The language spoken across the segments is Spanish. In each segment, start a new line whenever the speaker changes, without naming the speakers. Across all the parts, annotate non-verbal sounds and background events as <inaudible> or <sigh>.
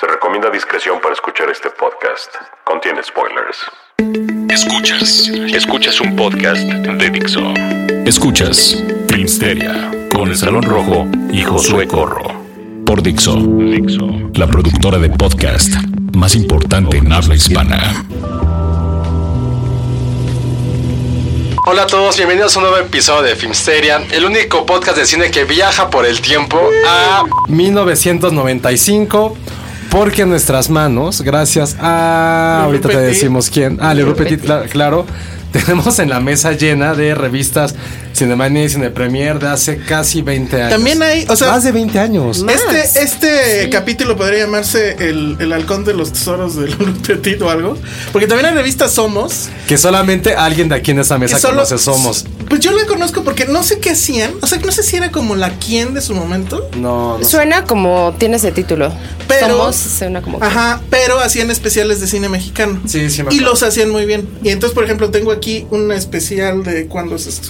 Se recomienda discreción para escuchar este podcast. Contiene spoilers.
Escuchas, escuchas un podcast de Dixo. Escuchas Filmsteria con el Salón Rojo y Josué Corro. Por Dixo, Dixo, la productora de podcast más importante en habla hispana.
Hola a todos, bienvenidos a un nuevo episodio de Filmsteria, el único podcast de cine que viaja por el tiempo a 1995. Porque nuestras manos, gracias a. ahorita te decimos quién. Ah, Le Petit, cla- claro. Tenemos en la mesa llena de revistas Cinemania y Cinepremier de hace casi 20 años.
También hay, o sea-
Más de 20 años.
Este, este capítulo podría llamarse el, el halcón de los tesoros del Petit o algo. Porque también hay revistas Somos.
Que solamente alguien de aquí en esta mesa
que solo-
conoce Somos.
Pues yo la conozco porque no sé qué hacían. O sea, que no sé si era como la quien de su momento.
No, no.
Suena como tiene ese título.
Pero-
Somos, suena como que-
Ajá, pero hacían especiales de cine mexicano.
Sí, sí me
Y
acuerdo.
los hacían muy bien. Y entonces, por ejemplo, tengo aquí un especial de cuándo es esto.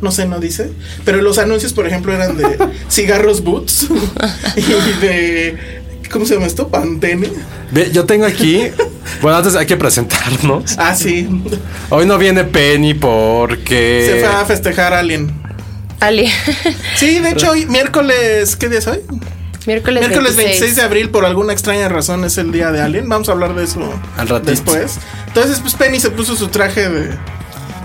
No sé, no dice. Pero los anuncios, por ejemplo, eran de
<laughs>
cigarros Boots <laughs> y de. ¿Cómo se llama esto? Pantene.
Ve, yo tengo
<laughs>
aquí. Bueno, antes hay que presentarnos.
Ah, sí.
Hoy no viene Penny porque.
Se fue a festejar a alguien.
Ali. <laughs>
Sí, de hecho, hoy miércoles, ¿qué día es hoy?
Miércoles,
Miércoles 26.
26.
de abril, por alguna extraña razón, es el día de Alien. Vamos a hablar de eso
Al ratito.
después. Entonces, pues Penny se puso su traje de,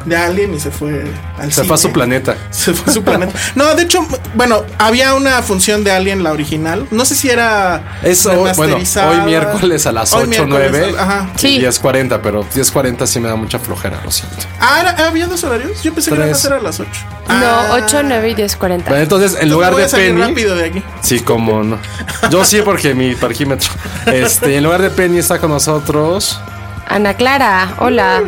de Alien y se fue al
Se fue a su
cine.
planeta.
<laughs> Se fue a su planeta. No, de hecho, bueno, había una función de Alien, la original. No sé si era.
Eso, bueno,
remasterizada.
hoy miércoles a las 8,
Hoy miércoles
9
a- Ajá.
Sí.
y 10.40, pero 10.40 sí me da mucha flojera, lo siento.
Ah, ¿era- ¿había dos horarios? Yo pensé que
Tres.
era más era a las 8.
No, 8, 9 y 10, 40.
Bueno, entonces, en lugar
voy
de
a salir
Penny.
rápido de aquí.
Sí, como no. Yo sí, porque mi parquímetro. Este, en lugar de Penny está con nosotros.
Ana Clara, hola.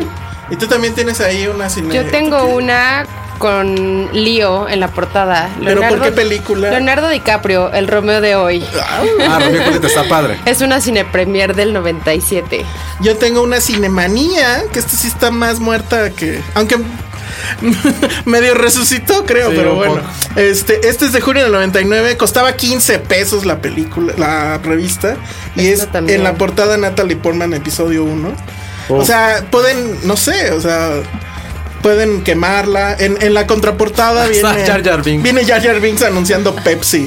Y tú también tienes ahí una cine.
Yo tengo una con Lío en la portada.
¿Pero por qué película?
Leonardo DiCaprio, El Romeo de hoy.
Ah, Romeo Julieta está padre.
Es una cinepremier del 97.
Yo tengo una cinemanía, que esta sí está más muerta que. Aunque <laughs> medio resucitó, creo,
Sí,
pero
un
bueno.
poco.
Este, este es de junio del 99, costaba 15 pesos la película, la revista. Y
Esta
es
también.
en la portada Natalie Portman, episodio 1. O
Uf.
sea, pueden, no sé, o sea. Pueden quemarla. En, en
<laughs>
la contraportada
Está
viene.
Jar Jar Binks.
Viene Jar Jar Binks anunciando Pepsi.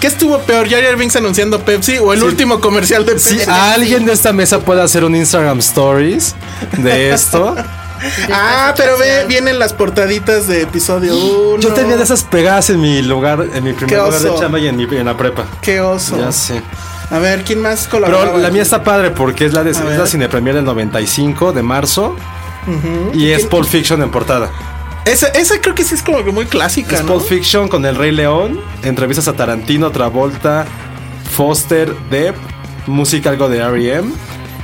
¿Qué estuvo peor, Jar Jar Binks anunciando Pepsi o el último comercial de Pepsi?
Si alguien de esta mesa puede hacer un Instagram Stories de
<laughs>
esto.
Ah, pero ve, vienen las portaditas de episodio 1.
Yo tenía de esas pegadas en mi lugar, en mi
Qué
primer lugar de
oso.
chamba y en, mi, en la prepa.
Qué oso.
Ya sé.
A ver, ¿quién más colaboró?
Pero la mía está padre porque es la, de, es la
ver.
cinepremier del 95 de marzo. Y es Pulp Fiction en portada.
Esa, esa creo que sí es como que muy clásica,
Es
¿no?
Pulp Fiction con El Rey León. Entrevistas a Tarantino, Travolta, Foster, Depp. Música algo de R.E.M.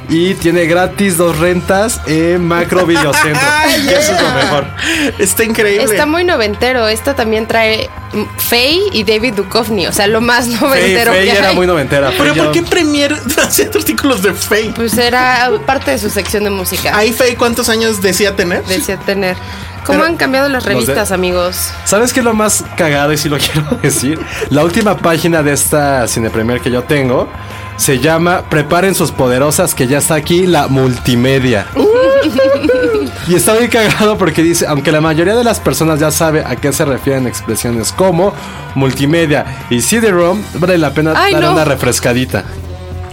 Y tiene gratis dos rentas en Macro Videocentro. que eso es lo mejor.
<laughs> Está increíble.
Está muy noventero. Esta también trae mm, Faye y David Duchovny. O sea, lo más
Faye,
noventero
Faye
que
era
hay.
muy noventera.
Pero
Faye yo-
¿por qué <laughs> Premier hacía artículos de Faye?
Pues era parte de su sección de música.
Ahí Faye, ¿cuántos años decía tener?
Decía tener. ¿Cómo
Pero-
han cambiado las
No sé.
revistas, amigos?
¿Sabes qué es lo más cagado? Y si lo <laughs> quiero decir. La última página de esta cinepremier que yo
Uh.
tengo se llama Preparen sus poderosas, que ya está aquí la multimedia. Y está bien cagado porque dice, aunque la mayoría de las personas ya sabe a qué se refieren expresiones como multimedia y CD-ROM, vale la pena
Ay,
dar
no.
una refrescadita.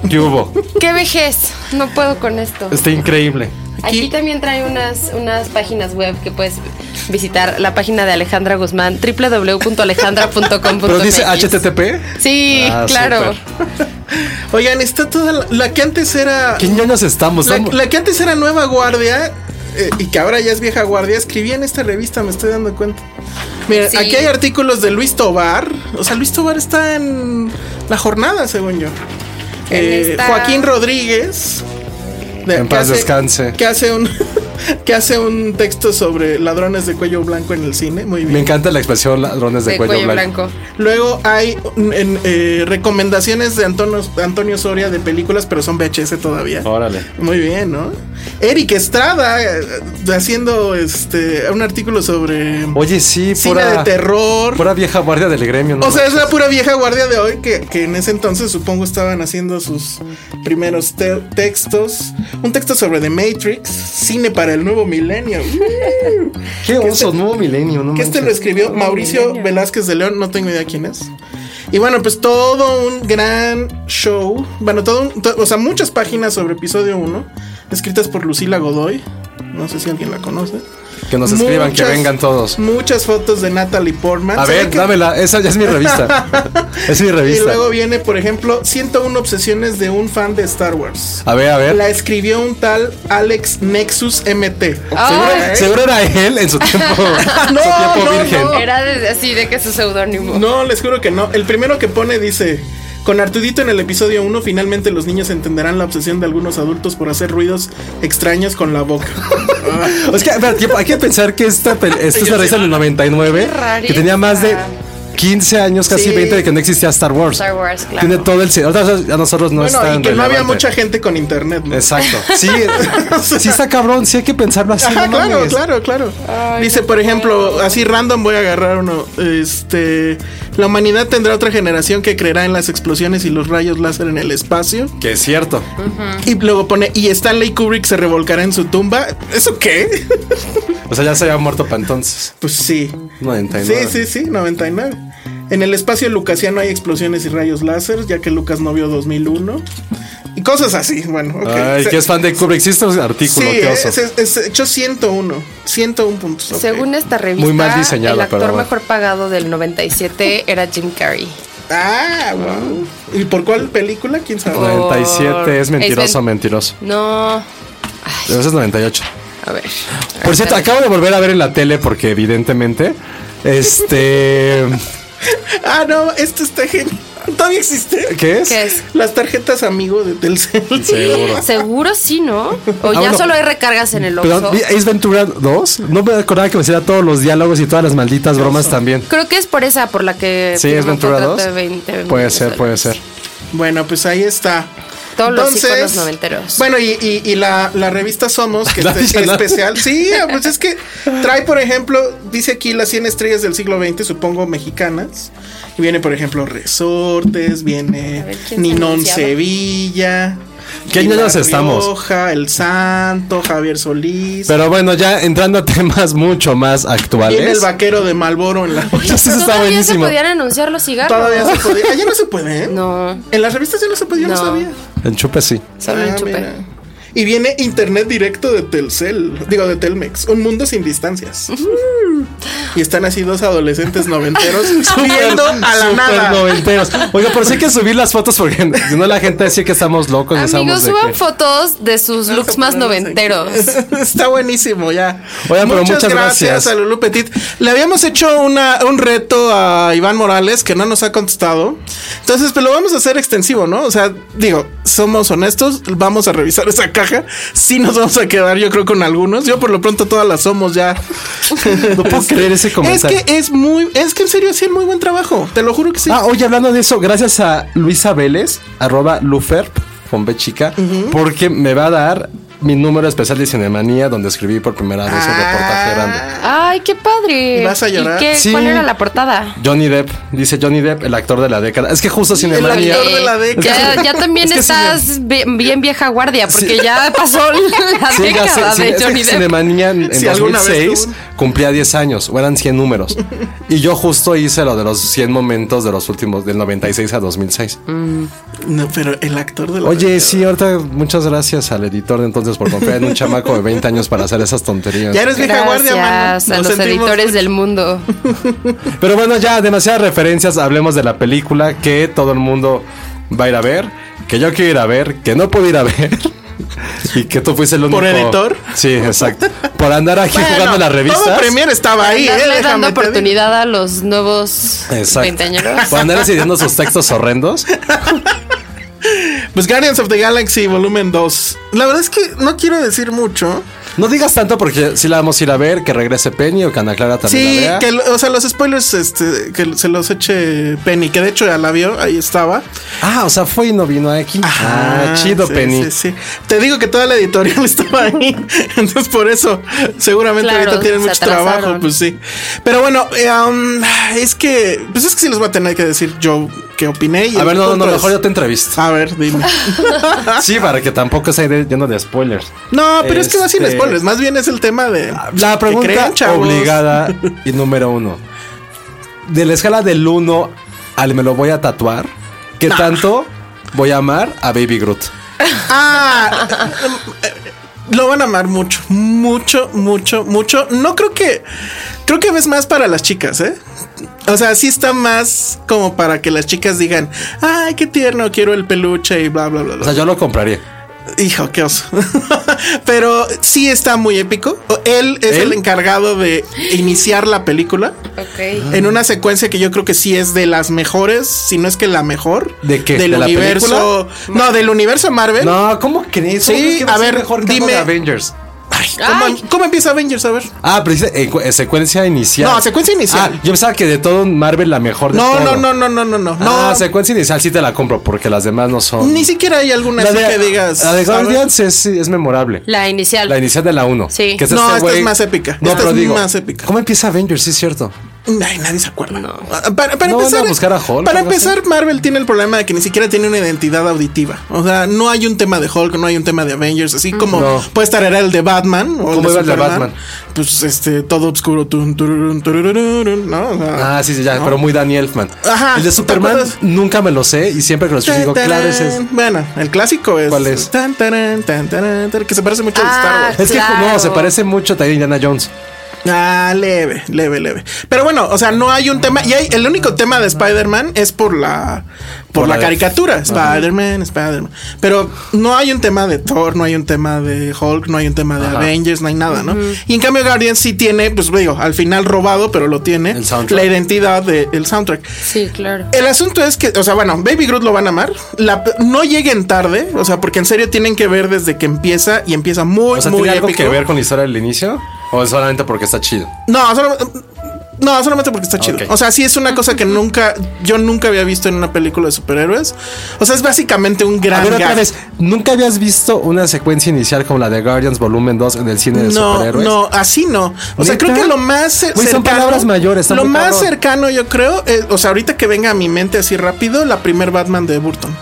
¿Qué hubo?
¡Qué vejez! No puedo con esto.
Está increíble.
Aquí también trae unas, unas páginas web que puedes visitar. La página de Alejandra Guzmán, www.alejandra.com.mx.
Pero dice HTTP.
Sí,
Ah,
claro.
súper.
Oigan, está toda la, la que antes era.
¿Qué ñoños estamos?
La,
Estamos-
la que antes era nueva guardia eh, y que ahora ya es vieja guardia, escribí en esta revista, me estoy dando cuenta. Mira,
Sí.
aquí hay artículos de Luis Tobar. O sea, Luis Tobar está en la jornada, según yo.
En
Eh,
esta-
Joaquín Rodríguez. de-
En
que
paz descanse.
Que hace un. <laughs> que hace un texto sobre ladrones de cuello blanco en el cine. Muy bien.
Me encanta la expresión ladrones de,
De cuello, blanco.
Luego hay mm, en, eh, recomendaciones de Antonio, Antonio Soria de películas, pero son VHS todavía.
Órale.
Muy bien, ¿no? Eric Estrada eh, haciendo este un artículo sobre
Oye, sí,
cine de terror.
pura vieja guardia del gremio, ¿no?
o sea, es la pura vieja guardia de hoy que, que en ese entonces supongo estaban haciendo sus primeros te- textos. Un texto sobre The Matrix, cine para el nuevo milenio.
Qué oso, nuevo milenio, ¿no?
que este lo
manches.
escribió Mauricio Velázquez de León, no tengo idea quién es. Y bueno, pues todo un gran show, bueno, todo un- to- o sea, muchas páginas sobre episodio 1, escritas por Lucila Godoy, no sé si alguien la conoce.
Que nos escriban, que
Muchas-
vengan todos.
Muchas fotos de Natalie Portman.
A
Se ve
ver,
que-
dámela, esa ya es mi
<laughs>
revista. es mi
Y
revista.
luego viene, por ejemplo, 101 obsesiones de un fan de Star Wars.
A ver, a ver.
La escribió un tal Alex Nexus MT.
Seguro,
Ay.
seguro era él en su
<laughs>
tiempo, en
No,
su tiempo
no,
virgen.
no.
Era de- así de que su seudónimo.
No, les juro que no. El primero que pone dice, con Artudito en el episodio 1, finalmente los niños entenderán la obsesión de algunos adultos por hacer ruidos extraños con la boca.
Es que, a ver, tiempo, hay que pensar que esta, pel- esta es la revista del 99, que
rareza.
tenía más de 15 años, casi
Sí.
20 de que no existía Star Wars.
Star Wars, claro.
Tiene todo el... se- ahorita A nosotros no es
bueno,
tan
y que no había
relevante.
mucha gente con internet. ¿no?
Exacto.
<laughs>
Sí, sí está cabrón, sí hay que pensarlo así.
Ajá,
no
claro,
mames.
claro, claro. Dice, por ejemplo, así random voy a agarrar uno. Este, la humanidad tendrá otra generación que creerá en las explosiones y los rayos láser en el espacio.
Que es cierto.
Y luego pone, y Stanley Kubrick se revolcará en su tumba. ¿Eso qué?
O sea, ya se había muerto para entonces.
pues sí.
99.
Sí, sí, sí, 99. En el espacio lucasiano hay explosiones y rayos láser, ya que Lucas no vio 2001. Y cosas así, bueno. ok.
Ay,
Se-
que es fan de Kubrick. Existe un
Sí,
artículo, qué
eh,
oso.
es, es hecho 101. 101 puntos. ok.
Según esta revista,
Muy mal diseñada,
el
pero
actor
bueno.
mejor pagado del 97 era Jim Carrey.
Ah, wow. ¿Y por cuál película? ¿Quién sabe?
Por-
97 es mentiroso,
es men-
mentiroso.
No,
Pero ese es 98.
a ver.
Eh. Por cierto,
Ah,
acabo de volver a ver en la tele porque evidentemente...
<laughs>
Este...
Ah, no, esto está genial. Todavía existe.
¿Qué es?
¿Qué es?
Las tarjetas amigo de Telcel.
Seguro.
<laughs> Seguro sí, ¿no? O ya
Ah, bueno.
solo hay recargas en el
Perdón,
Oxxo.
¿vi Ace Ventura 2. No me acordaba que me hacía todos los diálogos y todas las malditas bromas también.
Creo que es por esa por la que
Sí,
firmó
es Ventura
contrato
2.
de 20
Puede ser, puede
dólares.
ser.
Bueno, pues ahí está.
Todos los íconos noventeros.
Bueno, y, y- y la, la revista Somos,
<laughs>
que
La
este es
villana. <laughs>
especial. Sí, pues es que trae, por ejemplo, dice aquí las 100 estrellas del siglo XX, supongo mexicanas. Y viene, por ejemplo, Resortes, viene
ver, ¿quién se
Ninón
anunciaba?
Sevilla.
¿Qué
Pilar
ñoños estamos?
Rioja, El Santo, Javier Solís.
Pero bueno, ya entrando a temas mucho más
viene el
actuales.
vaquero de Malboro en
<laughs>
la.
<laughs> Eso está
Todavía
buenísimo.
se podían anunciar los cigarros.
Todavía se podía. Ah, ya no se puede, ¿eh?
No,
Ah,
En las revistas ya no se puede, yo no,
No.
sabía.
En chupe sí.
solo
Ah,
el chupe.
mira. Y viene internet directo de Telcel, digo de Telmex, un mundo sin distancias. y están así dos adolescentes <laughs> noventeros viendo a la
Súper
nada.
noventeros. Oiga, por si hay que subir las fotos porque <laughs> si no la gente decía que Pues estamos locos. no
Amigos,
sabemos de Ah, pues,
suban
qué.
fotos de sus looks más noventeros.
<laughs> Está buenísimo ya.
Oigan, pero muchas gracias.
a Lulu Petit. Le habíamos hecho una, un reto a Iván Morales que no nos ha contestado. Entonces, pero lo vamos a hacer extensivo, ¿no? O sea, digo, somos honestos, vamos a revisar esa caja. Sí nos vamos a quedar, yo creo, con algunos. Yo por lo pronto todas las somos ya.
No puedo creer ese comentario.
Es que es muy, es que en serio hacían muy buen trabajo. Te lo juro que sí.
Ah, oye, hablando de eso, gracias a Luisa Vélez, arroba Luferp, con B chica, porque me va a dar mi número especial de Cinemanía, donde escribí por primera vez un
Ah.
reportaje grande.
Ay, qué padre.
¿Y vas a llorar?
qué?
Sí.
¿Cuál era la portada?
Johnny Depp, dice Johnny Depp, el actor de la década. Es que justo Cinemanía.
actor de la década.
Ya, ya también
Es que sí,
estás bi- bien, vieja guardia, porque ya pasó la
Sí, ya sé,
década
sí,
de
es que
Johnny Depp.
Cinemanía
<laughs>
en, en
Si alguna vez
2006
tuvo
cumplía 10 años, o eran 100
<laughs>
números. Y yo justo hice lo de los 100 momentos de los últimos, del 96 a 2006.
Mm. No, pero el actor de la
Oye, sí, ahorita muchas gracias al editor de entonces por confiar en un chamaco de 20 años para hacer esas tonterías.
Ya eres vieja guardia, mano.
Gracias a
Lo
los
sentimos
editores
mucho.
del mundo.
Pero bueno, ya demasiadas referencias. Hablemos de la película que todo el mundo va a ir a ver, que yo quiero ir a ver, que no pude ir a ver. <laughs> Y que tú fuiste el único.
¿Por editor?
Sí, exacto. Por andar aquí
Bueno,
jugando las revistas.
Todo Premier estaba ahí, ¿eh?
Darle
déjame
dando
te digo.
oportunidad a los nuevos veinteañeros.
<laughs> Por andar decidiendo sus textos horrendos.
Pues Guardians of the Galaxy volumen 2. La verdad es que no quiero decir mucho.
No digas tanto porque si la vamos a ir a ver, que regrese Penny o que Ana Clara también la
Sí,
vea.
que lo- o sea, los spoilers este que se los eche Penny, que de hecho ya la vio, ahí estaba.
Ah, o sea, fue y no vino aquí. ah, chido,
sí,
Penny.
Sí, sí. Te digo que toda la editorial <laughs> estaba ahí. Entonces, por eso, seguramente
Claro,
ahorita tienen
se
mucho
atrasaron.
trabajo. Pues sí. Pero bueno, eh, um, es que, pues es que sí les voy a tener que decir yo qué opiné. y
A
el
ver, no, no,
punto es-
mejor yo te
<laughs>
entrevisto.
A ver,
<laughs>
dime.
Sí, para que tampoco sea de- lleno de spoilers.
No, pero es que va sin
Este-
spoilers. Más bien es el tema de.
La
¿qué
pregunta
creen, chavos?
obligada y número uno. De la escala del 1 al me lo voy a tatuar, ¿qué tanto voy a amar a Baby Groot?
Ah, eh, lo van a amar mucho, mucho, mucho, mucho. No creo que, creo que ves más para las chicas, ¿eh? O sea, sí está más como para que las chicas digan, ay, qué tierno, quiero el peluche y bla, bla, bla.
O
bla.
sea, yo lo compraría.
Hijo, qué oso. <laughs> Pero sí está muy épico. Él es
¿Él?
el encargado de iniciar la película
Ok.
en una secuencia que yo creo que sí es de las mejores, si no es que la mejor.
¿De qué?
Del
¿De la
universo. No, del universo Marvel.
No, ¿cómo crees?
¿Eh? Sí,
¿Cómo crees que va
a
ser
ver,
mejor que algo
dime.
de Avengers.
¿Cómo, em-, cómo empieza Avengers? A ver.
Ah, pero dice eh, cu- eh, secuencia inicial.
No, secuencia inicial.
Ah, yo pensaba que de todo Marvel la mejor de
No, no,
todo.
no, no, no, no, no.
Ah,
No,
secuencia inicial sí te la compro porque las demás no son.
ni siquiera hay alguna
la
así
de,
que digas.
La de
a ver.
Guardians es, sí, es memorable.
La inicial.
La inicial de la 1.
Sí.
No, esta es más épica.
este No,
Esta
pero
es
digo,
más épica.
¿Cómo empieza Avengers? Sí, es cierto.
Ay, nadie se acuerda. Ah,
No
Para, para
van a
empezar,
buscar a Hulk,
para
algo así.
empezar, Marvel tiene el problema de que ni siquiera tiene una identidad auditiva. O sea, no hay un tema de Hulk, no hay un tema de Avengers, así como
No.
puede estar era el de Batman o
¿Cómo
el
iba
de
el de
Superman.
Batman?
Pues este, todo oscuro, tun, tururun, turururun, ¿no? O sea,
Ah, sí, sí, ya,
¿no?
pero muy Dan Elfman.
Ajá,
El de
¿te
Superman
acuerdas?
nunca me lo sé y siempre que lo escucho digo,
Tan,
claro, ese es.
tarán. Bueno, el clásico es.
¿Cuál es?
tan, tarán, tan, tarán, tarán, que se parece mucho al de Star
Ah,
Wars.
Es que
Claro.
no, se parece mucho también a Indiana Jones.
Ah, leve, leve, leve. Pero bueno, o sea, no hay un tema. Y hay, el único tema de Spider-Man es por la. Por,
Por
la,
la de-
caricatura. Spider-Man, Spider-Man. Pero no hay un tema de Thor, no hay un tema de Hulk, no hay un tema de Avengers, no hay nada, ¿no? Y en cambio, Guardians sí tiene, pues digo, al final robado, pero lo tiene.
El soundtrack.
La identidad del soundtrack.
Sí, claro.
El asunto es que, o sea, bueno, Baby Groot lo van a amar. La- no lleguen tarde, o sea, porque en serio tienen que ver desde que empieza y empieza muy,
O sea,
Pues muy
¿tiene algo
épico.
que ver con la historia del inicio? ¿O es solamente porque está chido?
No, solamente, no, solamente porque está chido.
Ok.
O sea, sí es una cosa que nunca, yo nunca había visto en una película de superhéroes. O sea, es básicamente un gran
a ver, otra
gag.
vez, ¿nunca habías visto una secuencia inicial como la de Guardians Volumen 2 en el cine de
No,
superhéroes?
no, así no. O sea,
¿Neta?
creo que lo más cer-
Güey, son palabras mayores, está
Lo
muy
más
cabrón.
cercano, yo creo, eh, o sea, ahorita que venga a mi mente así rápido, la primer Batman de Burton.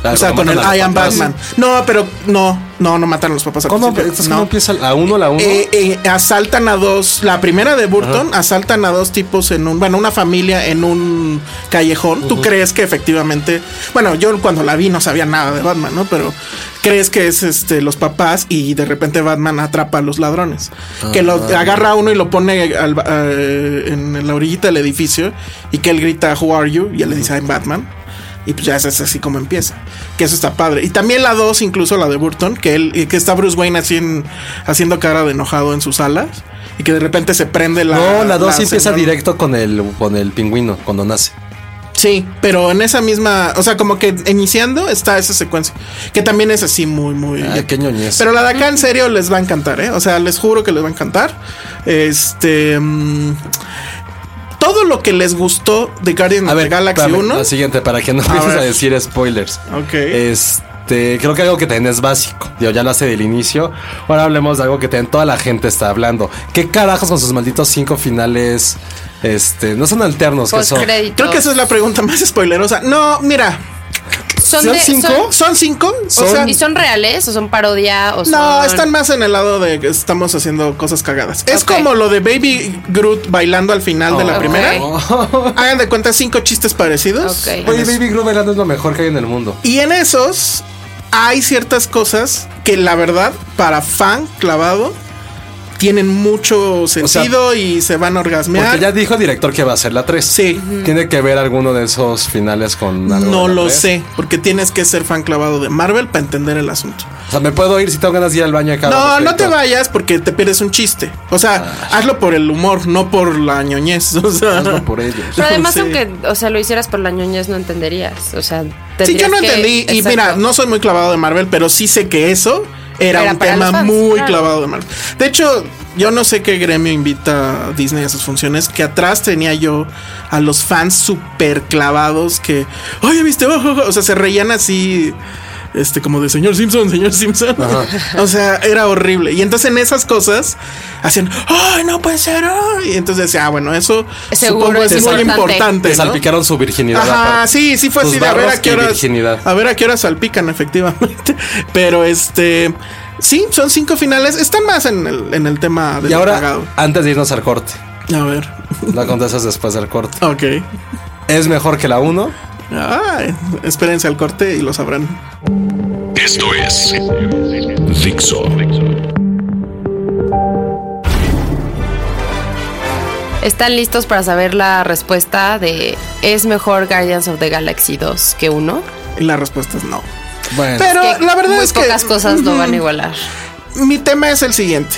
Claro,
o sea,
cuando
con el
matan a
I
los
am
papás.
Batman. No, pero no, no, no matan a los papás. al
¿Cómo,
principio.
entonces,
No.
¿cómo empieza la 1, la 1?
Eh, eh, asaltan a dos, la primera de Burton, asaltan a dos tipos en un, bueno, una familia en un callejón. ¿Tú crees que efectivamente, bueno, yo cuando la vi no sabía nada de Batman, ¿no? Pero crees que es este los papás y de repente Batman atrapa a los ladrones, que lo agarra a uno y lo pone al- eh, en la orillita del edificio y que él grita Who are you y él le dice I'm Batman. Y pues ya es es así como empieza. Que eso está padre. Y también la 2, incluso la de Burton, que él, que está Bruce Wayne así en- haciendo cara de enojado en sus alas. Y que de repente se prende la.
no, la 2 empieza
señora.
directo con el, con el pingüino, cuando nace.
Sí, pero en esa misma. O sea, como que iniciando está esa secuencia. Que también es así muy, muy.
Ay, qué ñoñez.
Pero la de acá en serio les va a encantar, ¿eh? O sea, les juro que les va a encantar. Este. mm, todo lo que les gustó de Guardian of the Galaxy
espérame,
1.
La siguiente, para que no empieces
ver.
a decir spoilers.
Ok.
Este. Este, creo que algo que también es básico. Digo, ya lo hace del inicio. Ahora hablemos de algo que también toda la gente está hablando. ¿Qué carajos con sus malditos cinco finales? Este, no son alternos, que son.
Postcréditos.
Creo que esa es la pregunta más spoilerosa. No, mira,
¿Son
¿son
de-
cinco?
son-
¿son cinco? o
Son-
sea,
¿Y son reales o son parodia
no,
o son-
están más en el lado de que estamos haciendo cosas cagadas. Es
Ok.
como lo de Baby Groot bailando al final de la
Ok. <laughs>
primera. Hagan de cuenta cinco chistes parecidos.
Ok.
Oye, Baby Groove bailando es lo mejor que hay en el mundo.
Y en esos hay ciertas cosas que la verdad para fan clavado tienen mucho sentido y se van a
Porque
orgasmear.
ya dijo el director que va a ser la 3.
Sí.
Tiene que ver alguno de esos finales con algo
No
de la
lo
tres?
sé, porque tienes que ser fan clavado de Marvel para entender el asunto.
O sea, me puedo ir si tengo ganas de ir al baño acá.
No, no te vayas porque te pierdes un chiste. O sea, hazlo por el humor, no por la ñoñez. <laughs> O sea,
Ah. Hazlo por ellos.
Pero además,
Sí.
aunque, o sea, lo hicieras por la ñoñez, no entenderías. O sea,
Sí, yo
tendrías
no
que-
entendí. Y
Exacto.
mira, no soy muy clavado de Marvel, pero sí sé que eso era,
Era
un
para
tema
los fans,
muy
claro.
clavado de Marvel. De hecho, yo no sé qué gremio invita a Disney a sus funciones, que atrás tenía yo a los fans súper clavados que, oye, viste, Oh, oh, oh". o sea, se reían así. Este, como de señor Simpson, señor Simpson. <laughs> o sea, era horrible. Y entonces en esas cosas hacían, ¡ay, no puede ser! ay". Y entonces decía, ah, bueno, eso
Seguro
supongo
es
es muy
importante.
importante.
Te
¿no?
salpicaron su virginidad.
Ajá,
aparte.
sí, sí fue
Tus
así de a ver
barros
a qué
y
horas.
virginidad.
A ver a qué horas salpican, <laughs> efectivamente. Pero este. Sí, son cinco finales. Están más en el, en el tema del
Y ahora,
apagado.
antes de irnos al corte,
A ver.
la contestas después del corte.
Ok.
¿Es mejor que la 1?
Ah, espérense al corte y lo sabrán.
Esto es Dixo.
¿Están listos para saber la respuesta de ¿es mejor Guardians of the Galaxy 2 que 1?
Y la respuesta es no.
Bueno,
Pero la verdad
muy
es que.
pocas cosas lo van a igualar.
Mi tema es el siguiente.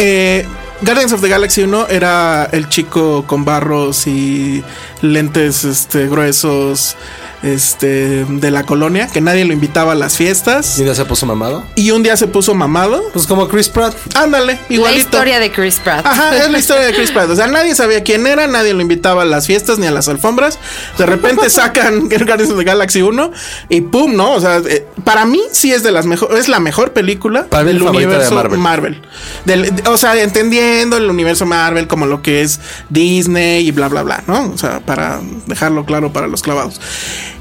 Eh, Guardians of the Galaxy 1 era el chico con barros y lentes este, gruesos este, de la colonia, que nadie lo invitaba a las fiestas.
¿y ya se puso mamado?
Y un día se puso mamado.
Pues como Chris Pratt.
Ándale, igualito.
La historia de Chris Pratt.
Ajá, es
<laughs>
la historia de Chris Pratt. O sea, nadie sabía quién era, nadie lo invitaba a las fiestas ni a las alfombras. De repente sacan Guardians of the Galaxy 1 y pum, ¿no? O sea, eh, para mí sí es de las mejor, es la mejor película
Para mí
del
la favorita de
universo
Marvel.
Marvel. Del- de- o sea, entendiendo el universo Marvel como lo que es Disney y bla, bla, bla, ¿no? O sea, para dejarlo claro para los clavados.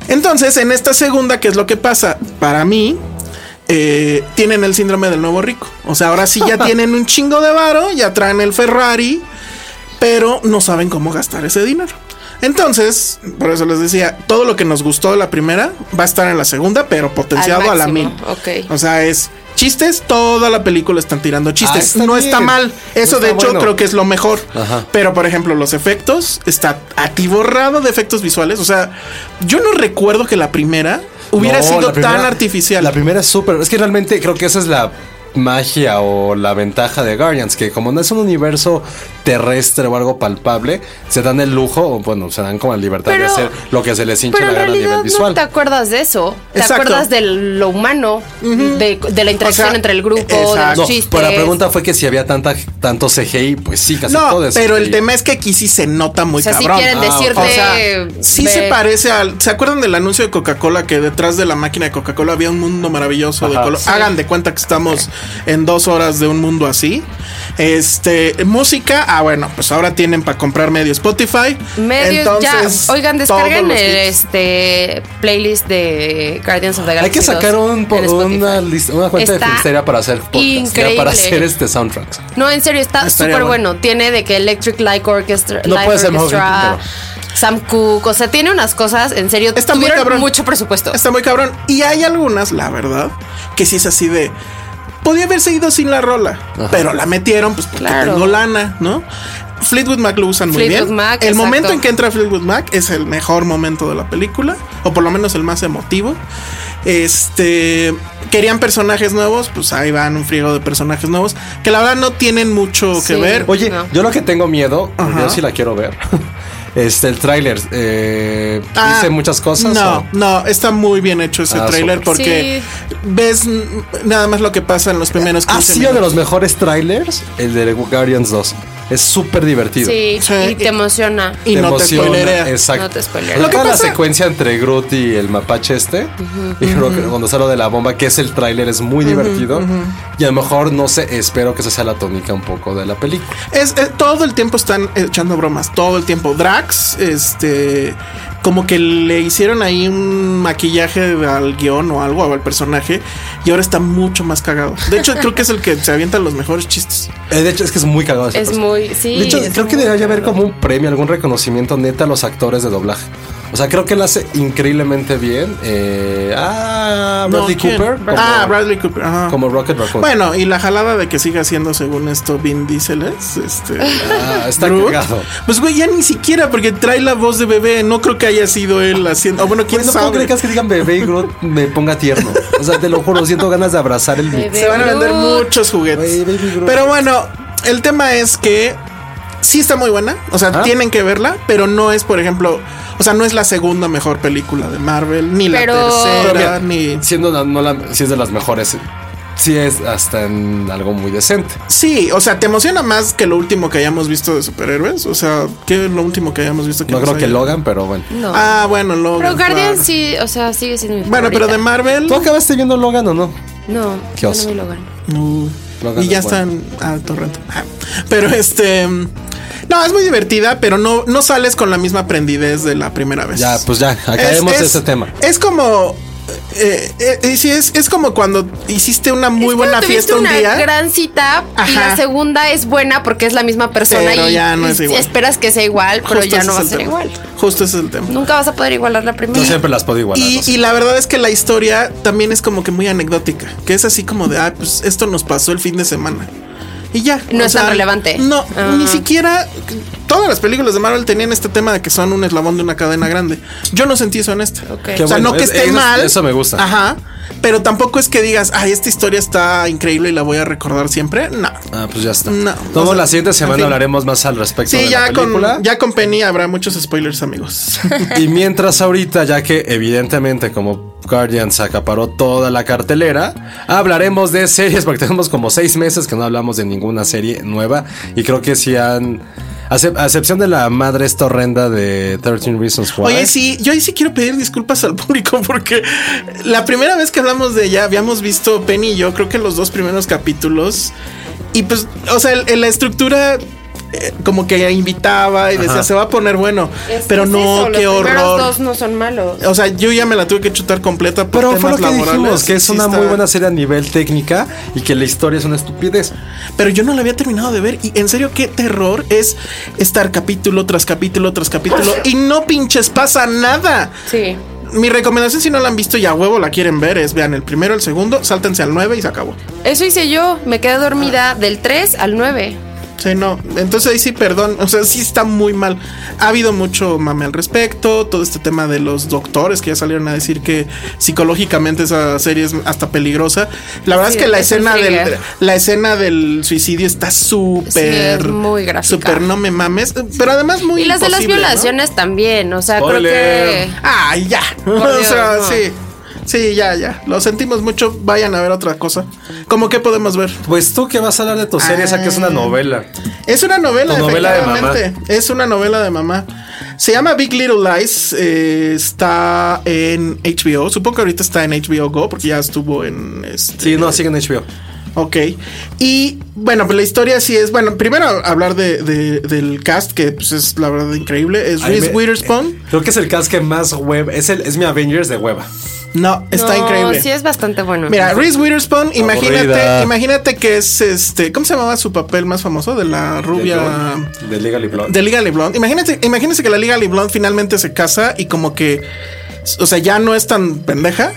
Entonces, en esta segunda, ¿qué es lo que pasa? Para mí, eh, tienen el síndrome del nuevo rico. O sea, ahora sí
<laughs>
ya tienen un chingo de varo, ya traen el Ferrari, pero no saben cómo gastar ese dinero. Entonces, por eso les decía, todo lo que nos gustó de la primera va a estar en la segunda, pero potenciado a la mil.
máximo, ok.
O sea, es chistes, toda la película están tirando chistes.
Ah, está
no
bien.
está mal. Eso
Está
de hecho
bueno.
creo que es lo mejor.
Ajá.
Pero por ejemplo, los efectos está atiborrado de efectos visuales. O sea, yo no recuerdo que la primera hubiera
No,
sido
la primera-
tan artificial.
La primera es súper. Es que realmente creo que esa es la magia o la ventaja de Guardians, que como no es un universo terrestre o algo palpable, se dan el lujo, o bueno, se dan como la libertad de
Pero-
hacer lo que se les hincha
Pero
la
en
gana a
realidad
nivel
no
visual.
te acuerdas de eso. Te
Exacto.
acuerdas de lo humano, de, de la interacción
O sea,
entre el grupo, de
exacto.
los
No,
chistes.
pero la pregunta fue que si había tanta, tanto CGI, pues sí, casi
no,
todo es
pero el
CGI.
tema es que aquí sí se nota muy
o sea, si
cabrón.
quieren
Ah, ok.
decirte.
O sea, sí
ve-
se parece al. ¿Se acuerdan del anuncio de Coca-Cola que detrás de la máquina de Coca-Cola había un mundo maravilloso de color? Hagan de cuenta que estamos en dos horas de un mundo así. Este, música, ah, bueno, pues ahora tienen para comprar medio Spotify.
Medios
Entonces,
ya. Oigan,
todos
descarguen
los
el
hits.
este playlist de Guardians of the Galaxy.
Hay que sacar
2
un,
en Spotify.
una, lista, una cuenta
Está
de Filmsteria para hacer podcast, ya,
increíble.
para hacer este soundtracks.
No, en serio, está
Estaría
súper bueno.
bueno.
Tiene de que Electric Light Orchestra,
No
Light
puede ser mejor que
Orchestra Sam Cooke, o sea, tiene unas cosas, en serio,
Está muy
tuvieron
cabrón.
mucho presupuesto.
Está muy cabrón. Y hay algunas, la verdad, que sí es así de. Podía haberse ido sin la rola, pero la metieron, pues porque
Claro.
tengo lana, ¿no? Fleetwood Mac lo usan muy
Fleetwood
bien.
Mac,
el
exacto.
momento en que entra Fleetwood Mac es el mejor momento de la película, o por lo menos el más emotivo. Este querían personajes nuevos, pues ahí van un friego de personajes nuevos que la verdad no tienen mucho
Sí.
que ver.
Oye,
No.
yo lo que tengo miedo, porque
Ajá.
yo sí la quiero ver. <laughs> Este, el tráiler, eh,
Ah,
dice muchas cosas.
No,
o?
no, está muy bien hecho ese
Ah,
tráiler
súper.
porque ves mm, nada más lo que pasa en los primeros
Ha
15
sido Ah, de los
minutos.
mejores trailers el de Guardians 2. Es súper divertido.
Sí,
Sí.
y te emociona.
Y no te spoilerea.
Exacto.
No te spoilerea.
Lo que
Toda la
pasa-
secuencia entre Groot y el mapache este, y creo que cuando sale lo de la bomba, que es el tráiler, es muy divertido. Y a lo mejor, no sé, espero que esa sea la tónica un poco de la película.
Es, eh, todo el tiempo están echando bromas, todo el tiempo. Drax, este, como que le hicieron ahí un maquillaje al guión o algo, o al personaje, y ahora está mucho más cagado. De hecho, creo que es el que se avienta los mejores chistes.
Eh, de hecho, es que es muy cagado. ese
Es
personaje.
muy-
pues,
sí,
De hecho,
es
creo que
muy
debería haber
cagado.
como un premio, algún reconocimiento neta a los actores de doblaje. O sea, creo que lo hace increíblemente bien. Eh, ah,
No,
Bradley
¿quién?
Cooper. como-
ah, Bradley Cooper. ajá.
Como Rocket Raccoon.
Bueno, y la jalada de que siga haciendo según esto Vin Diesel es, este,
<laughs> Ah, está
Groot.
cagado.
Pues güey, ya ni siquiera porque trae la voz de bebé, no creo que haya sido él haciendo. o bueno, quién
Pues no puedo
sabe.
creer que, que digan bebé y Groot me ponga tierno. O sea, te lo juro, siento ganas de abrazar el
Bebé.
Se van a vender
Groot.
muchos juguetes.
Güey, Baby Groot.
Pero bueno, el tema es que sí está muy buena. O sea,
Ajá.
tienen que verla, pero no es, por ejemplo, o sea, no es la segunda mejor película de Marvel, ni
Pero-
la
Pero mira,
tercera, ni.
siendo la- no la- si es de las mejores, si es hasta en algo muy decente.
Sí, o sea, te emociona más que lo último que hayamos visto de superhéroes. O sea, ¿qué es lo último que hayamos visto?
No
nos
creo que
haya-
Logan, pero bueno.
No.
Ah, bueno, Logan.
Pero Guardian
claro.
sí, o sea, sigue siendo mi
Bueno, pero de
favorita.
Marvel.
¿Tú acabaste viendo Logan o no?
No,
Qué
yo no
oso.
vi Logan.
No.
Logan
y ya
es bueno.
están al torrente. Ah. Pero este. No, es muy divertida, pero no, no sales con la misma aprendidez de la primera vez.
Ya, pues ya, acabemos
Es- es-
ese tema.
Es como. eh, eh, eh, sí, es, es como cuando hiciste una muy
Es
buena
cuando tuviste
fiesta un
una
día.
gran cita y
Ajá.
la segunda es buena porque es la misma persona
Pero
y,
ya no
y
es igual.
esperas que sea igual, pero
Justo
ya
ese
no
es
va a
el
ser
tema.
igual.
Justo ese es el tema.
Nunca vas a poder igualar la primera.
Yo siempre las puedo igualar.
Y,
no sé.
y la verdad es que la historia también es como que muy anecdótica, que es así como de, ah, pues esto nos pasó el fin de semana. Y ya.
No
o
es tan relevante.
No,
Ah.
ni siquiera. Todas las películas de Marvel tenían este tema de que son un eslabón de una cadena grande. Yo no sentí eso en esta.
Ok.
Qué
O sea,
bueno,
no que
es-
esté
eso-
mal.
eso me gusta.
Ajá. Pero tampoco es que digas, ay, esta historia está increíble y la voy a recordar siempre. No.
Ah, pues ya está.
No,
Todo
o sea,
la siguiente semana
en fin.
hablaremos más al respecto
Sí,
de la
ya con,
película. <laughs>
ya con Penny habrá muchos spoilers,
<laughs>
amigos.
Y mientras ahorita, ya que evidentemente como Guardians acaparó toda la cartelera, hablaremos de series porque tenemos como seis meses que no hablamos de ninguna serie nueva y creo que si han... A excep- a excepción de la madre esta horrenda de 13 Reasons Why.
Oye, sí, yo ahí sí quiero pedir disculpas al público <laughs> porque la primera vez que hablamos de ella habíamos visto Penny y yo, creo que los dos primeros capítulos. Y pues, o sea, el- el- la estructura eh, como que invitaba y decía, se va a poner bueno, pero no, qué horror.
Los dos no son malos.
O sea, yo ya me la tuve que chutar completa por
Pero fue lo
temas
que
laborales,
dijimos, que es
sí
una
está-
muy buena serie a nivel técnica y que la historia es una estupidez.
Pero yo no la había terminado de ver y en serio qué terror es estar capítulo tras capítulo tras capítulo
Pues,
y no pinches pasa nada.
Sí.
Mi recomendación, si no la han visto y a huevo la quieren ver, es vean el primero, el segundo, sáltense al 9 y se acabó.
Eso hice yo. Me quedé
Ah.
dormida del 3 al 9.
Sí, no. Entonces ahí sí, perdón. <laughs> O sea, sí está muy mal. Ha habido mucho mame al respecto. Todo este tema de los doctores que ya salieron a decir que psicológicamente esa serie es hasta peligrosa. La verdad
Sí,
es que la
es un
escena del,
thriller.
la escena del suicidio está súper.
Sí, es muy gráfica.
Súper no me mames. Pero además muy.
y las de las
imposible, ¿no?
violaciones también. O sea,
Spoiler.
creo que.
Ay, ya.
Por
<laughs> o
Dios,
sea,
no.
sí. Sí, ya, ya. Lo sentimos mucho. Vayan a ver otra cosa. ¿Cómo que podemos ver?
Pues tú que vas a hablar de tu serie, esa que es una novela.
Es una novela,
Tu novela de mamá.
efectivamente. Es una novela de mamá. Se llama Big Little Lies. eh, está en HBO. Supongo que ahorita está en HBO Go porque ya estuvo en. Este,
Sí, no, sigue en HBO.
Ok. Y bueno, pues la historia sí es. Bueno, primero hablar de, de- del cast, que pues es la verdad increíble. Es
Ahí me-
Reese
eh,
Witherspoon.
Creo que es el cast que más hueva. Es, el, es mi Avengers de hueva.
No, está
No,
increíble.
Sí, es bastante bueno.
Mira, Reese Witherspoon, imagínate,
Aburrida.
imagínate que es este, ¿cómo se llamaba su papel más famoso? De la rubia
De Liga Blonde.
de Liga Blonde. Imagínate, imagínense que la Liga Blonde finalmente se casa y como que o sea, ya no es tan pendeja,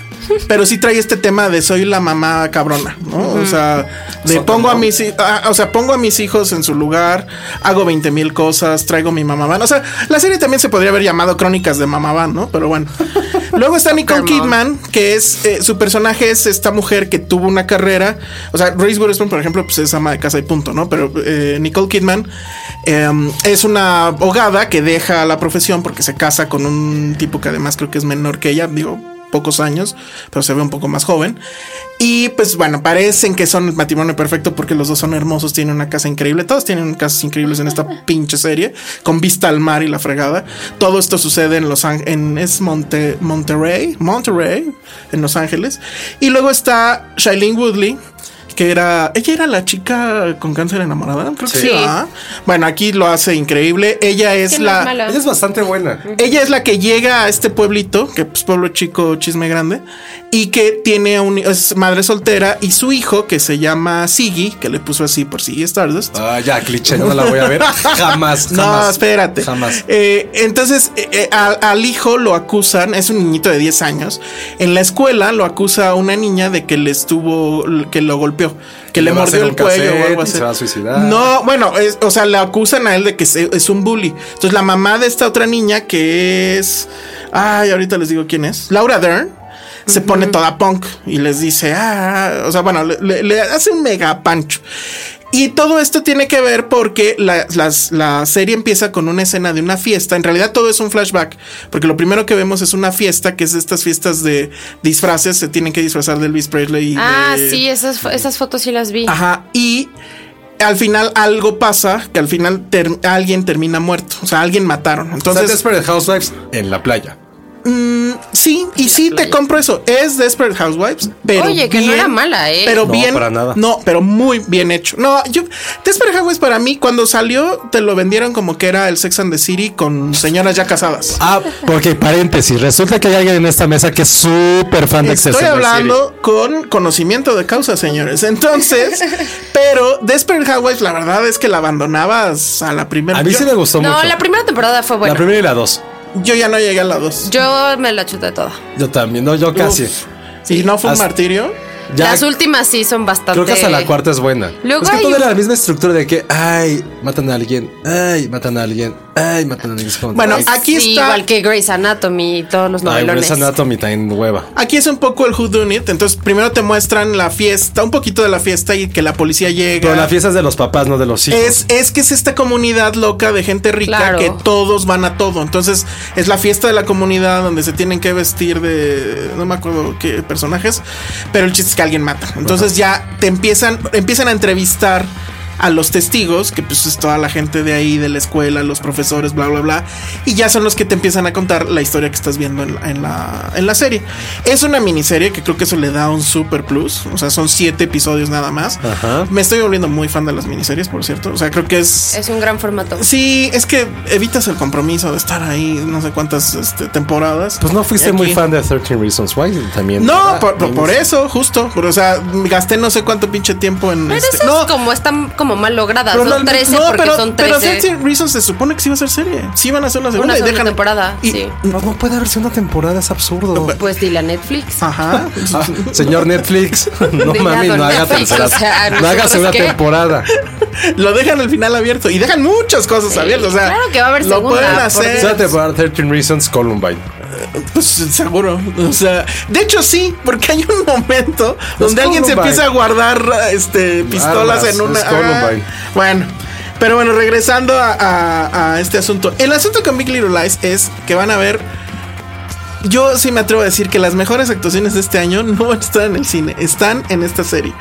pero sí trae este tema de soy la mamá cabrona, ¿no? O sea, de
Soccer
pongo a
mom.
mis hi- ah, o sea, pongo a mis hijos en su lugar, hago 20 mil cosas, traigo mi mamá van. O sea, la serie también se podría haber llamado Crónicas de Mamá van, ¿no? Pero bueno. Luego está Nicole Kidman, que es eh, su personaje es esta mujer que tuvo una carrera. O sea, Reese Witherspoon, por ejemplo, pues es ama de casa y punto, ¿no? Pero eh, Nicole Kidman em, es una abogada que deja la profesión porque se casa con un tipo que además creo que es menor que ella, digo, pocos años, pero se ve un poco más joven. Y pues bueno, parecen que son el matrimonio perfecto porque los dos son hermosos, tienen una casa increíble, todos tienen casas increíbles en
<laughs>
esta pinche serie, con vista al mar y la fregada. Todo esto sucede en Los Ángeles, en es Monte, Monterrey, Monterrey, en Los Ángeles. Y luego está Shailene Woodley, que era, ella era la chica con cáncer enamorada, creo que sí.
Sí.
¿verdad? Bueno, aquí lo hace increíble. Ella es
Que no
la...
es mala.
Ella es bastante buena.
Ella es la que llega a este pueblito, que es pueblo chico, chisme grande, y que tiene a un es madre soltera y su hijo que se llama Siggy, que le puso así por Siggy Stardust.
Ah, ya, cliché, no la voy
<laughs>
a ver. Jamás, jamás.
no, espérate.
Jamás.
Eh, entonces, eh, eh, al, al hijo lo acusan, es un niñito de 10 años. En la escuela lo acusa a una niña de que le estuvo, que lo golpeó, que le,
Le va a
mordió
hacer
el
un
cuello o
cassette
algo
y
así.
se va a suicidar.
No, bueno, es- o sea, le acusan a él de que se- es un bully. Entonces, la mamá de esta otra niña que es. Ay, ahorita les digo quién es. Laura Dern. Se pone toda punk y les dice, ah, o sea, bueno, le- le- le hace un mega pancho. Y todo esto tiene que ver porque la, las- la serie empieza con una escena de una fiesta. En realidad todo es un flashback, porque lo primero que vemos es una fiesta, que es de estas fiestas de disfraces, se tienen que disfrazar de Elvis Presley. Y
Ah,
de-
sí, esas, fo- esas fotos sí las vi.
Ajá, y al final algo pasa, que al final ter- alguien termina muerto, o sea, alguien mataron.
Entonces,
Entonces,
Desperate Housewives en la playa.
sí,
Pues
y sí te compro eso, es Desperate Housewives, pero
Oye, que no
bien-
era mala, ¿eh?
Pero
No,
bien.
para nada.
No, pero muy bien hecho. No, yo. Desperate Housewives para mí, cuando salió, te lo vendieron como que era el Sex and the City con señoras ya casadas.
Ah, porque paréntesis, resulta que hay alguien en esta mesa que es súper fan de Access
Estoy
and the
hablando con conocimiento de causa, señores.
<laughs>
Entonces, pero Desperate Housewives, la verdad es que la abandonabas a la primera.
A mí
yo,
sí me gustó
no,
mucho.
la primera temporada fue buena.
La primera y la dos.
yo ya no llegué a la dos.
Yo me la chuté toda.
Yo también, no, yo casi.
Uf. Y no fue un
Hasta-
martirio.
Ya,
Las últimas sí son bastante.
creo que hasta la cuarta es buena.
Luego
es que
hay
todo
un-
era la misma estructura de que, ay, matan a alguien, ay, matan a alguien, ay, matan a alguien. Es como-
Bueno,
ay,
aquí
Sí,
está.
Igual que Grey's Anatomy y todos los
ay,
novelones.
Grey's Anatomy también hueva.
Aquí es un poco el Who Done It. Entonces, primero te muestran la fiesta, un poquito de la fiesta y que la policía llega.
Pero la fiesta es de los papás, no de los hijos.
Es, es que es esta comunidad loca de gente rica
Claro.
que todos van a todo. Entonces, es la fiesta de la comunidad donde se tienen que vestir de. No me acuerdo qué personajes. Pero el chiste es que alguien mata. Entonces ya te empiezan, empiezan a entrevistar a los testigos, que pues es toda la gente de ahí, de la escuela, los profesores, bla, bla, bla. Y ya son los que te empiezan a contar la historia que estás viendo en la, en la, en la serie. Es una miniserie que creo que eso le da un super plus. O sea, son siete episodios nada más.
Ajá.
Me estoy volviendo muy fan de las miniseries, por cierto. O sea, creo que es...
Es un gran formato.
Sí, es que evitas el compromiso de estar ahí no sé cuántas este, temporadas.
Pues no fuiste
Y aquí-
muy fan de 13 Reasons Why también.
No,
¿verdad?
por, por- por
Tienes-
eso, justo. Pero, o sea, gasté no sé cuánto pinche tiempo en...
Pero
este-
esas
no,
como están como mal logradas. Son
realmente-
13 porque son 13.
Pero 13 Reasons se supone que sí iba a ser serie. Sí iban a hacer una segunda
una
y
segunda
dejan-
temporada.
y-
sí.
No, no puede haber segunda temporada, es absurdo.
Pues dile a
<laughs>
Netflix.
Ajá.
Ah, señor Netflix, no
Diga,
mami,
don
no haga
Netflix,
tercera.
o sea,
no haga
¿nosotros
segunda
qué?
temporada.
Lo dejan al final abierto. Y dejan muchas cosas abiertas. O sea,
claro que va a haber
lo
segunda,
pueden
por
hacer.
Segunda temporada 13 Reasons Columbine.
Pues <laughs> seguro, o sea, de hecho sí, porque hay un momento
Los
donde alguien se
Columbine.
empieza a guardar este pistolas
Armas,
en una
los Columbine.
Ah, bueno, pero bueno, regresando a, a- a este asunto, el asunto con Big Little Lies es que van a ver. Yo sí me atrevo a decir que las mejores actuaciones de este año no <laughs> van a estar en el cine, están en esta serie.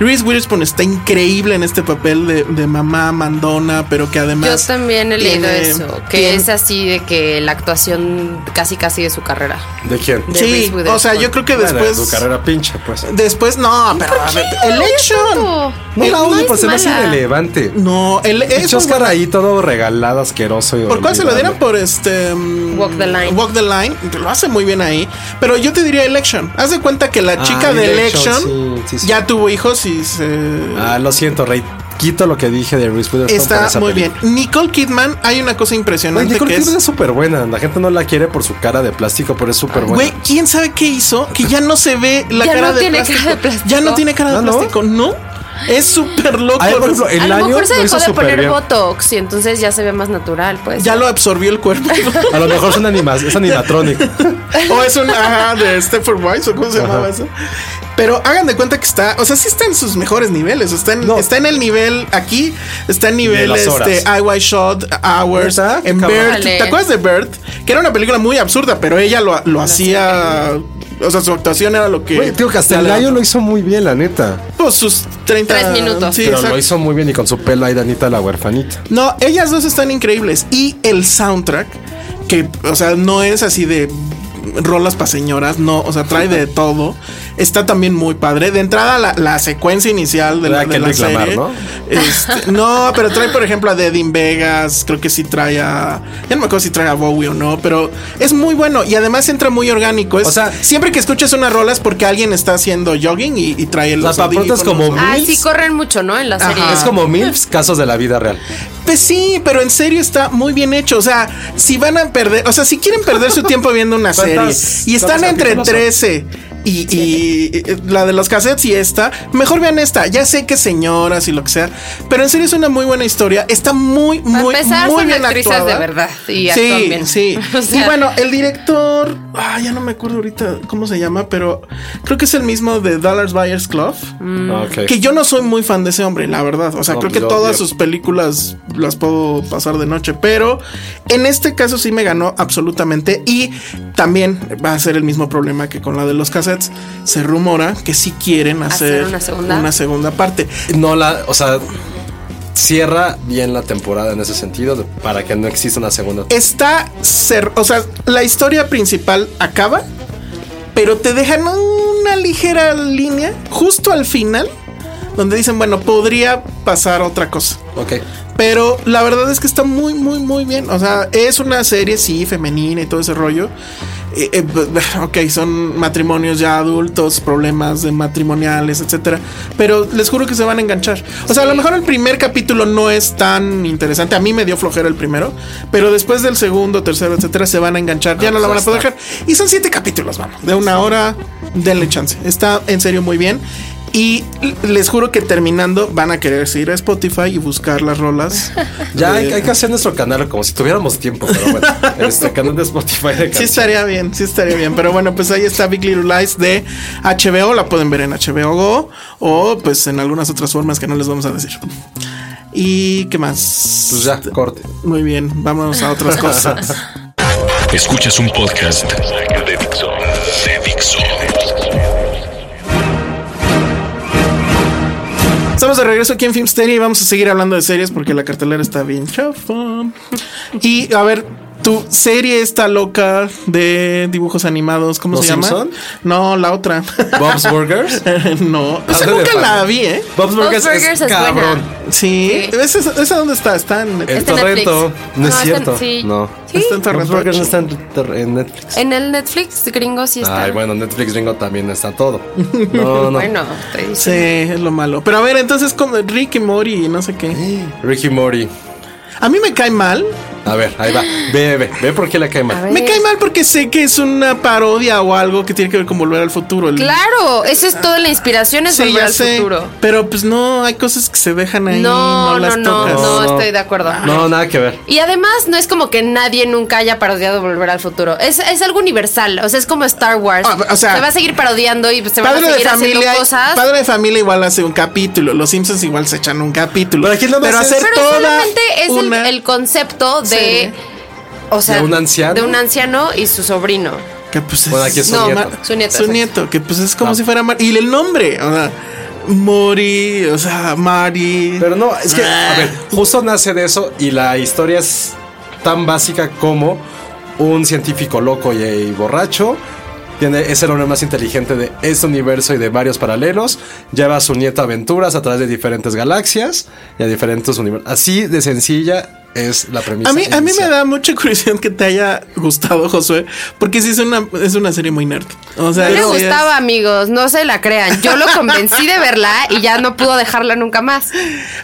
Reese Witherspoon está increíble en este papel de, de mamá mandona, pero que además.
Yo también he leído
tiene-
eso, que
tiene-
es así de que la actuación casi casi de su carrera.
¿De quién?
de
Sí,
Reese Witherspoon.
o sea, yo creo que
Bueno, de
después.
su carrera pincha, pues.
Después, no, pero a ver, Election.
No
Eh,
la odio,
es
pero se me hace
mala.
irrelevante.
No, el es
Pinche Oscar ahí todo regalado, asqueroso. y
¿Por cuál se lo dieron?
olvidable.
Por este. mm,
Walk the Line.
Walk the Line. que Lo hace muy bien ahí. Pero yo te diría Election. Haz de cuenta que la
Ah,
chica de Election,
Election, sí, sí, sí.
ya tuvo hijos y se.
Ah, lo siento, Rey. Quito lo que dije de Reese Witherspoon. por
está
esa
muy bien.
película.
Nicole Kidman, hay una cosa
Güey,
impresionante
Nicole
que es.
Kidman es súper buena. La gente no la quiere por su cara de plástico, pero es súper buena.
Güey, ¿quién sabe qué hizo? Que ya no se ve la
Ya
cara,
no
de
tiene cara
plástico.
de plástico.
Ya no tiene cara de
Ah, ¿no?
plástico, ¿no? Es súper loco.
Ay, por ejemplo,
A
el
lo
año
mejor se
lo
dejó
hizo
de
súper
poner
bien.
Botox y entonces ya se ve más natural, pues.
ya lo absorbió el
<laughs>
cuerpo.
A lo mejor son animas, es
<laughs>
animatronic.
O es un ajá de Stephen Wise o cómo se llamaba eso. Pero hagan de cuenta que está, o sea, sí está en sus mejores niveles. Está en,
No.
está en el nivel aquí, está en nivel
las horas.
este, IY Shot, Hours,
¿Neta? Qué
en
cabrón.
Bird.
Órale.
¿Te acuerdas de Bird? Que era una película muy absurda, pero ella lo, lo hacía O sea, su actuación era lo que.
Güey, tío, Castellayo lo hizo muy bien, la neta.
Pues sus 30
Tres minutos.
Sí,
pero
exacto.
lo hizo muy bien y con su pelo ahí, Danita, la huerfanita.
No, ellas dos están increíbles. Y el soundtrack, que, o sea, no es así de rolas para señoras, no, o sea,
<laughs>
trae de todo. Está también muy padre. De entrada, la, la secuencia inicial de
Trae
la,
a
de la
Kendrick Lamar,
serie.
¿no?
este, no, pero trae, por ejemplo, a Deadin Vegas. Creo que sí trae a. Ya no me acuerdo si trae a Bowie o no, pero es muy bueno. Y además entra muy orgánico. Es,
O sea,
siempre que escuchas unas rolas porque alguien está haciendo jogging y, y trae los
sea, para pronto es
audífonos,
como-
¿no?
Ay, Ah, sí, corren mucho, ¿no? En la serie.
Es como MILFs, casos de la vida real.
Pues sí, pero en serio está muy bien hecho. O sea, si van a perder, o sea, si quieren perder su tiempo viendo una serie
¿Cuántas-
y están
cuántos
entre
capítulos son?
13 y, y, eh, la de los cassettes y esta, mejor vean esta. Ya sé que señoras y lo que sea, pero en serio es una muy buena historia. Está muy,
Para
muy,
empezar,
muy
son
bien
actrices
actuada.
de verdad y actúan
sí,
bien.
sí.
<laughs> O sea-
y bueno, el director, ah, ya no me acuerdo ahorita cómo se llama, pero creo que es el mismo de Dallas Buyers Club.
Ah, Ok.
Que yo no soy muy fan de ese hombre, la verdad. O sea,
No,
creo que
pues, lo
todas
odio.
sus películas las puedo pasar de noche, pero en este caso sí me ganó absolutamente. Y también va a ser el mismo problema que con la de los cassettes. Se rumora que sí quieren hacer,
Hacer una segunda.
una segunda parte.
No la, o sea, cierra bien la temporada en ese sentido de- para que no exista una segunda.
Está cer- o sea, la historia principal acaba, pero te dejan una ligera línea justo al final donde dicen, bueno, podría pasar otra cosa.
Ok.
Pero la verdad es que está muy, muy, muy bien. O sea, es una serie, sí, femenina y todo ese rollo. Eh, eh, b- b- ok, son matrimonios ya adultos, problemas de matrimoniales, etcétera. Pero les juro que se van a enganchar. O sea, a lo mejor el primer capítulo no es tan interesante. A mí me dio flojera el primero, pero después del segundo, tercero, etcétera, se van a enganchar. Ya no la van a poder dejar. Y son siete capítulos, vamos. De una hora, denle chance. Está en serio muy bien. Y l- les juro que terminando van a querer ir a Spotify y buscar las rolas.
<laughs> Ya
de-
hay, hay que hacer nuestro canal como si tuviéramos tiempo, pero <laughs> bueno. este canal de Spotify de
Sí estaría bien, sí estaría bien. Pero bueno, pues ahí está Big Little Lies de HBO. La pueden ver en HBO Go o pues en algunas otras formas que no les vamos a decir. ¿Y qué más?
Pues ya, corte.
Muy bien, vamos a
<laughs>
otras cosas.
Escuchas un podcast de Dixo. De Dixo.
Estamos de regreso aquí en Filmsteria y vamos a seguir hablando de series porque la cartelera está bien chafa. Y a ver, tu serie esta loca de dibujos animados, ¿cómo
¿Los
se llama?
Simpson?
No, la otra. <laughs>
Bob's Burgers.
no, esa
Algo de
nunca
familia.
la vi, ¿eh?
Bob's Burgers,
Burgers
es
es buena.
cabrón.
Sí,
Sí.
¿Esa, esa dónde está? Está
En
en
Está en Netflix.
Torrento. No, es
No, está en-
cierto.
sí.
No.
Sí.
Está en
Bob's
Torrento.
Burgers no está en, tor- en Netflix.
En el Netflix gringo sí está.
Ay, bueno, Netflix gringo también está <laughs> todo. No, no.
Bueno, te
Sí,
dice.
es lo malo. Pero a ver, entonces con Rick y Mori y no sé qué.
Ricky Mori.
A mí me cae mal.
A ver, ahí va. Ve, ve, ve por qué la
A
quema.
ver.
Me cae mal porque sé que es una parodia o algo que tiene que ver con volver al futuro. El-
Claro, eso es toda la inspiración, es
Sí,
volver
ya
al
sé.
futuro.
Pero pues no, hay cosas que se dejan ahí.
No,
No,
no,
las
no,
tocas.
no,
No, no.
estoy de acuerdo.
No, nada que ver.
Y además no es como que nadie nunca haya parodiado Volver al Futuro. Es, es algo universal, o sea, es como Star Wars.
Ah, o sea,
se va a seguir parodiando y se van a
Padre de
seguir haciendo
familia,
cosas.
padre de familia igual hace un capítulo, los Simpsons igual se echan un capítulo.
Pero aquí nada más es-
hacer
pero
toda
solamente es el-
una-
el, concepto de... O sea,
De un anciano.
De un anciano y su sobrino.
que, pues,
Bueno, aquí es su nieto.
ma-
Su nieto,
su
exacto.
nieto, que pues es como
Ah.
si fuera Mar- y el nombre, o sea, Mori, o sea, Mari.
Pero no, es que, a ver, justo nace de eso y la historia es tan básica como un científico loco y, y borracho. Tiene, es el hombre más inteligente de este universo y de varios paralelos. Lleva a su nieto a aventuras a través de diferentes galaxias y a diferentes universos. Así de sencilla es la premisa.
A mí, a mí me
inicial.
da mucha <laughs> curiosidad que te haya gustado, Josué, porque sí es una, es una serie muy nerd. O sea,
No
sí
le
es-
gustaba, amigos, no se la crean. Yo lo convencí de verla y ya no pudo dejarla nunca más.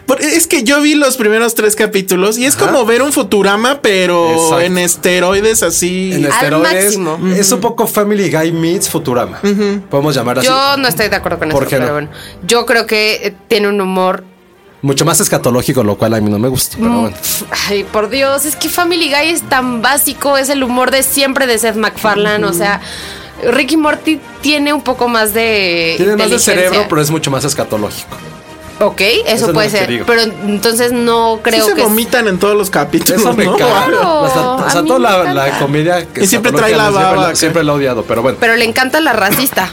Por- Es que yo vi los primeros tres capítulos y es como ver un Futurama, pero
Exacto.
en esteroides así.
en
Al
esteroides.
máximo.
Es un poco Family Guy meets Futurama. Podemos llamar así.
Yo no estoy de acuerdo con eso,
¿Por qué
pero
no?
bueno. Yo creo que eh, tiene un humor
Mucho más escatológico, lo cual a mí no me gusta. Pero Ah,
Mm.
bueno.
Ay, por Dios, es que Family Guy es tan básico, es el humor de siempre de Seth MacFarlane, o sea, Ricky Morty tiene un poco más de
Tiene más de
inteligencia.
cerebro, pero es mucho más escatológico.
Ok, eso,
Eso no
puede
te
ser.
digo.
Pero entonces no creo
Sí se
que.
vomitan en todos los capítulos,
Eso me
¿no?
caga.
Claro,
O sea, o sea,
a mí
toda
me
la,
encanta.
la comedia que
Y siempre
se coloca,
trae la
siempre
baba
la-
acá.
Siempre la he odiado, pero bueno.
Pero le encanta la racista.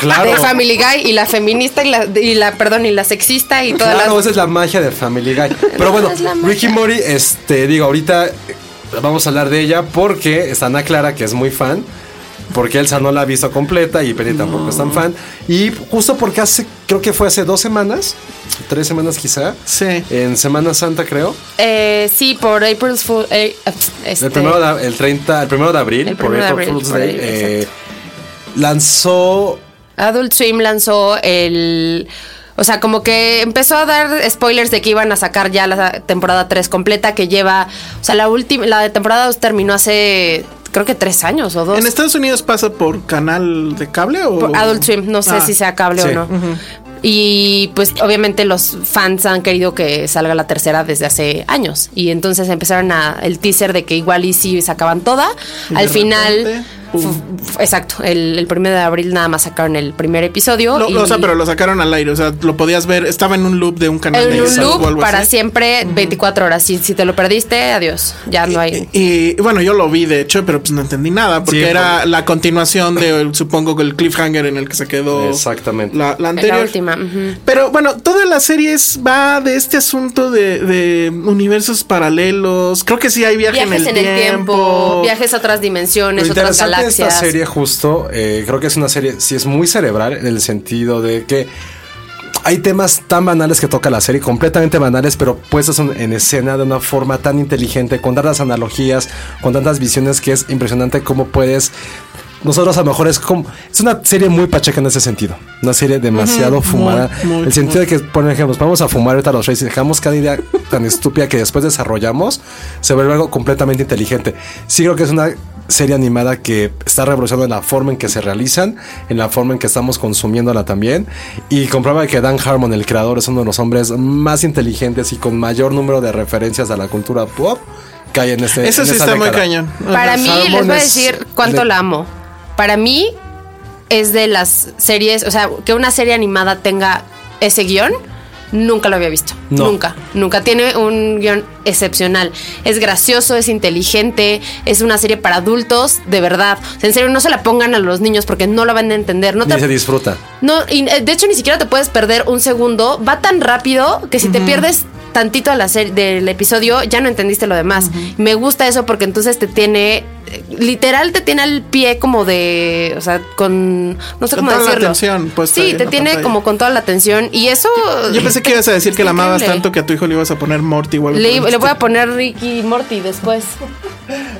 Claro.
De Family Guy y la feminista y la, y la perdón, y la sexista y todas
Claro,
las.
esa es la magia de Family Guy. Pero bueno,
es la magia.
Ricky Mori, este, digo, ahorita eh, vamos a hablar de ella porque está Ana Clara, que es muy fan. Porque Elsa no la ha visto completa y Penny tampoco es tan fan. Y justo porque hace, creo que fue hace dos semanas, tres semanas quizá.
Sí.
En Semana Santa, creo.
Eh, sí, por April's Fool. eh, este-
El primero de, el 30, el primero de abril,
El
por
primero de
April
abril,
Fool's
por
Day,
ahí,
eh, lanzó
Adult Swim lanzó el. O sea, como que empezó a dar spoilers de que iban a sacar ya la temporada 3 completa, que lleva. O sea, la última. La temporada 2 terminó hace. Creo que tres años o dos.
¿En este Estados Unidos pasa por canal de cable o...?
Por Adult Swim, no sé
Ah.
si sea cable
Sí.
o no. Y pues obviamente los fans han querido que salga la tercera desde hace años. Y entonces empezaron a, el teaser de que igual y sí sacaban toda.
Y de
Al final,
repente, pum.
fu- fu- exacto, el, el primero de abril nada más sacaron el primer episodio.
Lo-
y
o sea, pero lo sacaron al aire, o sea, lo podías ver, estaba en un loop de un canal de
en un
Salud o
loop
algo
para
así.
siempre, 24 horas. Si, si te lo perdiste, adiós. Ya no hay.
Y, y, bueno, yo lo vi de hecho, pero pues no entendí nada, porque
Sí,
era
por-
la continuación de, el- supongo que el cliffhanger en el que se quedó.
Exactamente.
La, la anterior.
La última, ujú.
Pero bueno, todas las series va de este asunto de, de universos paralelos. Creo que sí hay viaje
Viajes en el tiempo, viajes a otras
Lo
dimensiones, otras
interesante de
galaxias.
esta serie justo, eh, creo que es una serie, sí es muy cerebral en el sentido de que hay temas tan banales que toca la serie, completamente banales, pero puestos en, en escena de una forma tan inteligente, con tantas analogías, con tantas visiones que es impresionante cómo puedes... Nosotros a lo mejor es como... Es una serie muy pacheca en ese sentido. Una serie demasiado fumada.
muy,
el sentido de que, por ejemplo, vamos a fumar ahorita los Reyes y dejamos cada idea tan estúpida que después desarrollamos, se vuelve algo completamente inteligente. Sí creo que es una serie animada que está revolucionando en la forma en que se realizan, en la forma en que estamos consumiéndola también. Y comprueba que Dan Harmon, el creador, es uno de los hombres más inteligentes y con mayor número de referencias a la cultura pop que hay en este
Eso
en
sí
esta
está muy
década.
cañón.
Para
Ajá.
mí,
Salmon
les voy a
es
decir cuánto
de-
la amo. Para mí es de las series, o sea, que una serie animada tenga ese guión, nunca lo había visto.
No.
Nunca, nunca. Tiene un guión excepcional. Es gracioso, es inteligente, es una serie para adultos, de verdad. O sea, en serio, no se la pongan a los niños porque no la van a entender. No
Ni
te-
se disfruta.
no, y, eh, de hecho ni siquiera te puedes perder un segundo. Va tan rápido que si te pierdes tantito a la serie del episodio, ya no entendiste lo demás. Me gusta eso porque entonces te tiene, eh, literal te tiene al pie como de, o sea, con, no sé
Con
cómo
toda la
decirlo.
atención puesta ahí
sí,
en
te
la
tiene
pantalla.
como con toda la atención y eso...
Yo pensé que ibas a decir
es
que la amabas
increíble.
tanto que a tu hijo le ibas a poner Morty o algo
Le,
por el
le voy a
estilo.
poner Ricky y Morty después.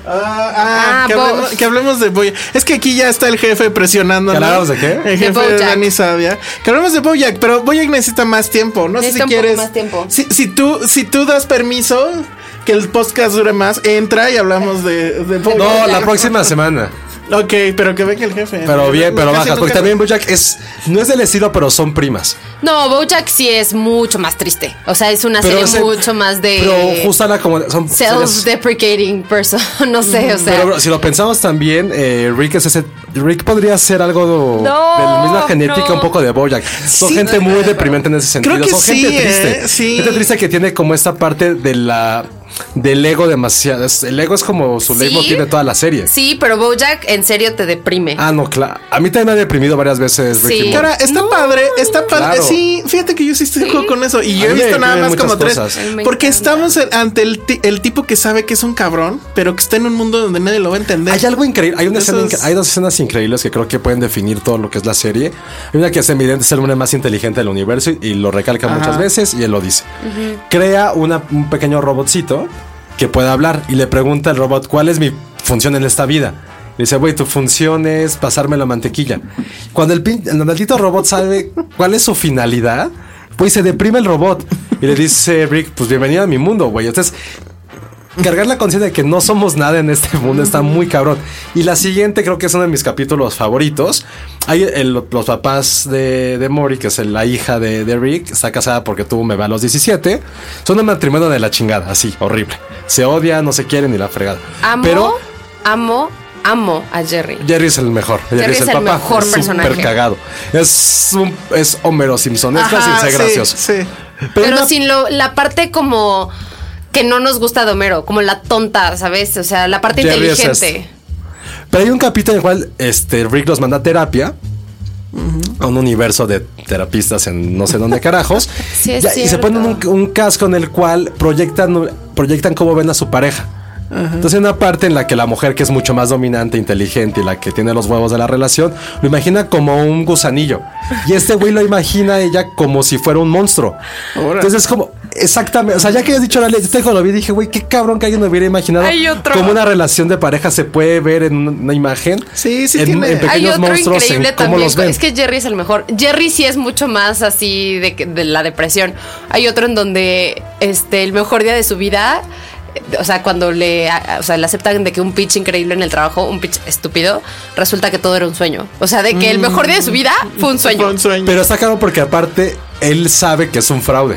Ah, ah,
Ah,
que,
Bo-
hablemos, que hablemos de Boya. Es que aquí ya está el jefe presionando.
¿Que hablamos de qué?
El
De
jefe de
Bojack.
Dani Sadia. Que hablemos de Boyack, pero Boyack necesita más tiempo. No sé si
Necesita un poco
quieres.
más tiempo.
Si, si tú, si tú das permiso que el podcast dure más, entra y hablamos de, de Bojack.
No, la próxima semana.
Ok, pero que venga el jefe.
Pero bien, pero bajas.
Casi
Porque
nunca-
también Bojack es... No es del estilo, pero son primas.
No, Bojack sí es mucho más triste. O sea, es una serie
ese-
mucho más de...
Pero justo la como. Son, seres-
self-deprecating person, <laughs> no sé, o sea.
pero si lo pensamos también, eh, Rick es ese. Rick podría ser algo
No,
de la misma genética
no.
un poco de Boyack. Son
Sí,
gente
no,
muy
no.
deprimente en ese sentido.
Creo que
Son
sí,
gente
¿eh?
triste.
Sí.
Gente triste que tiene como esta parte de la del ego demasiado. es- El ego es como su
Sí.
leitmotiv de toda la serie.
Sí, pero Bojack en serio te deprime.
Ah, no, claro. A mí también me ha deprimido varias veces Rick
Sí.
y
Que
Morty.
ahora, está
No,
padre, está padre.
Claro.
Sí, fíjate que yo sí estoy de acuerdo con eso. Y yo
A
he
mí me
visto nada
deprimen
más
muchas
como tres.
cosas.
Él me
Porque
encanta.
estamos en- ante el, ti- el tipo que sabe que es un cabrón, pero que está en un mundo donde nadie lo va a entender.
Hay algo increíble. Hay, una escena
Esos-
inca- hay dos escenas increíbles que creo que pueden definir todo lo que es la serie. Hay una que es evidente ser el hombre más inteligente del universo y, y lo recalca muchas veces y él lo dice. Crea una- un pequeño robotcito que puede hablar y le pregunta al robot cuál es mi función en esta vida. Le Dice, güey, tu función es pasarme la mantequilla. Cuando el, pin- el maldito robot sabe cuál es su finalidad, pues se deprime el robot. Y le dice, Rick, pues bienvenido a mi mundo, güey. Entonces, cargar la conciencia de que no somos nada en este mundo está muy cabrón. Y la siguiente creo que es uno de mis capítulos favoritos. Hay el- los papás de, de Mori, que es el- la hija de, de Rick, está casada porque tuvo un bebé a los 17. Son un matrimonio de la chingada, así, horrible. Se odian, no se quieren ni la fregada.
amo,
Pero
amo amo a Jerry.
Jerry es el mejor. Jerry, es el, papá.
mejor
es
personaje.
Súper cagado. Es, un, es Homero Simpson. Es
Ajá,
fácil ser
sí,
gracioso.
Sí.
Pero,
una-
sin lo, la parte como que no nos gusta de Homero, como la tonta, ¿sabes? O sea, la parte
Jerry es
inteligente.
Pero hay un capítulo en el cual este, Rick los manda a terapia. A un universo de terapistas en no sé dónde carajos.
<laughs> Sí, es
Ya, y se
cierto.
ponen un, un casco en el cual proyectan, proyectan cómo ven a su pareja. Entonces hay una parte en la que la mujer que es mucho más dominante, inteligente y la que tiene los huevos de la relación, lo imagina como un gusanillo. Y este güey lo imagina a ella como si fuera un monstruo. Entonces es como, exactamente, o sea, ya que has dicho la ley, yo te lo vi y dije, güey, qué cabrón que alguien me hubiera imaginado
Hay otro.
como una relación de pareja se puede ver en una imagen.
Sí, sí
en,
tiene.
en
Hay
pequeños
otro
monstruos, en
increíble
cómo
también.
los ven.
Es que Jerry es el mejor. Jerry sí es mucho más así de, que- de la depresión. Hay otro en donde este, el mejor día de su vida. eh, O sea, cuando le, a- o sea, le aceptan de que un pitch increíble en el trabajo, un pitch estúpido, resulta que todo era un sueño. O sea, de que el mejor día de su vida fue
<laughs>
un sueño.
Fue un sueño.
Pero está claro porque aparte él sabe que es un fraude.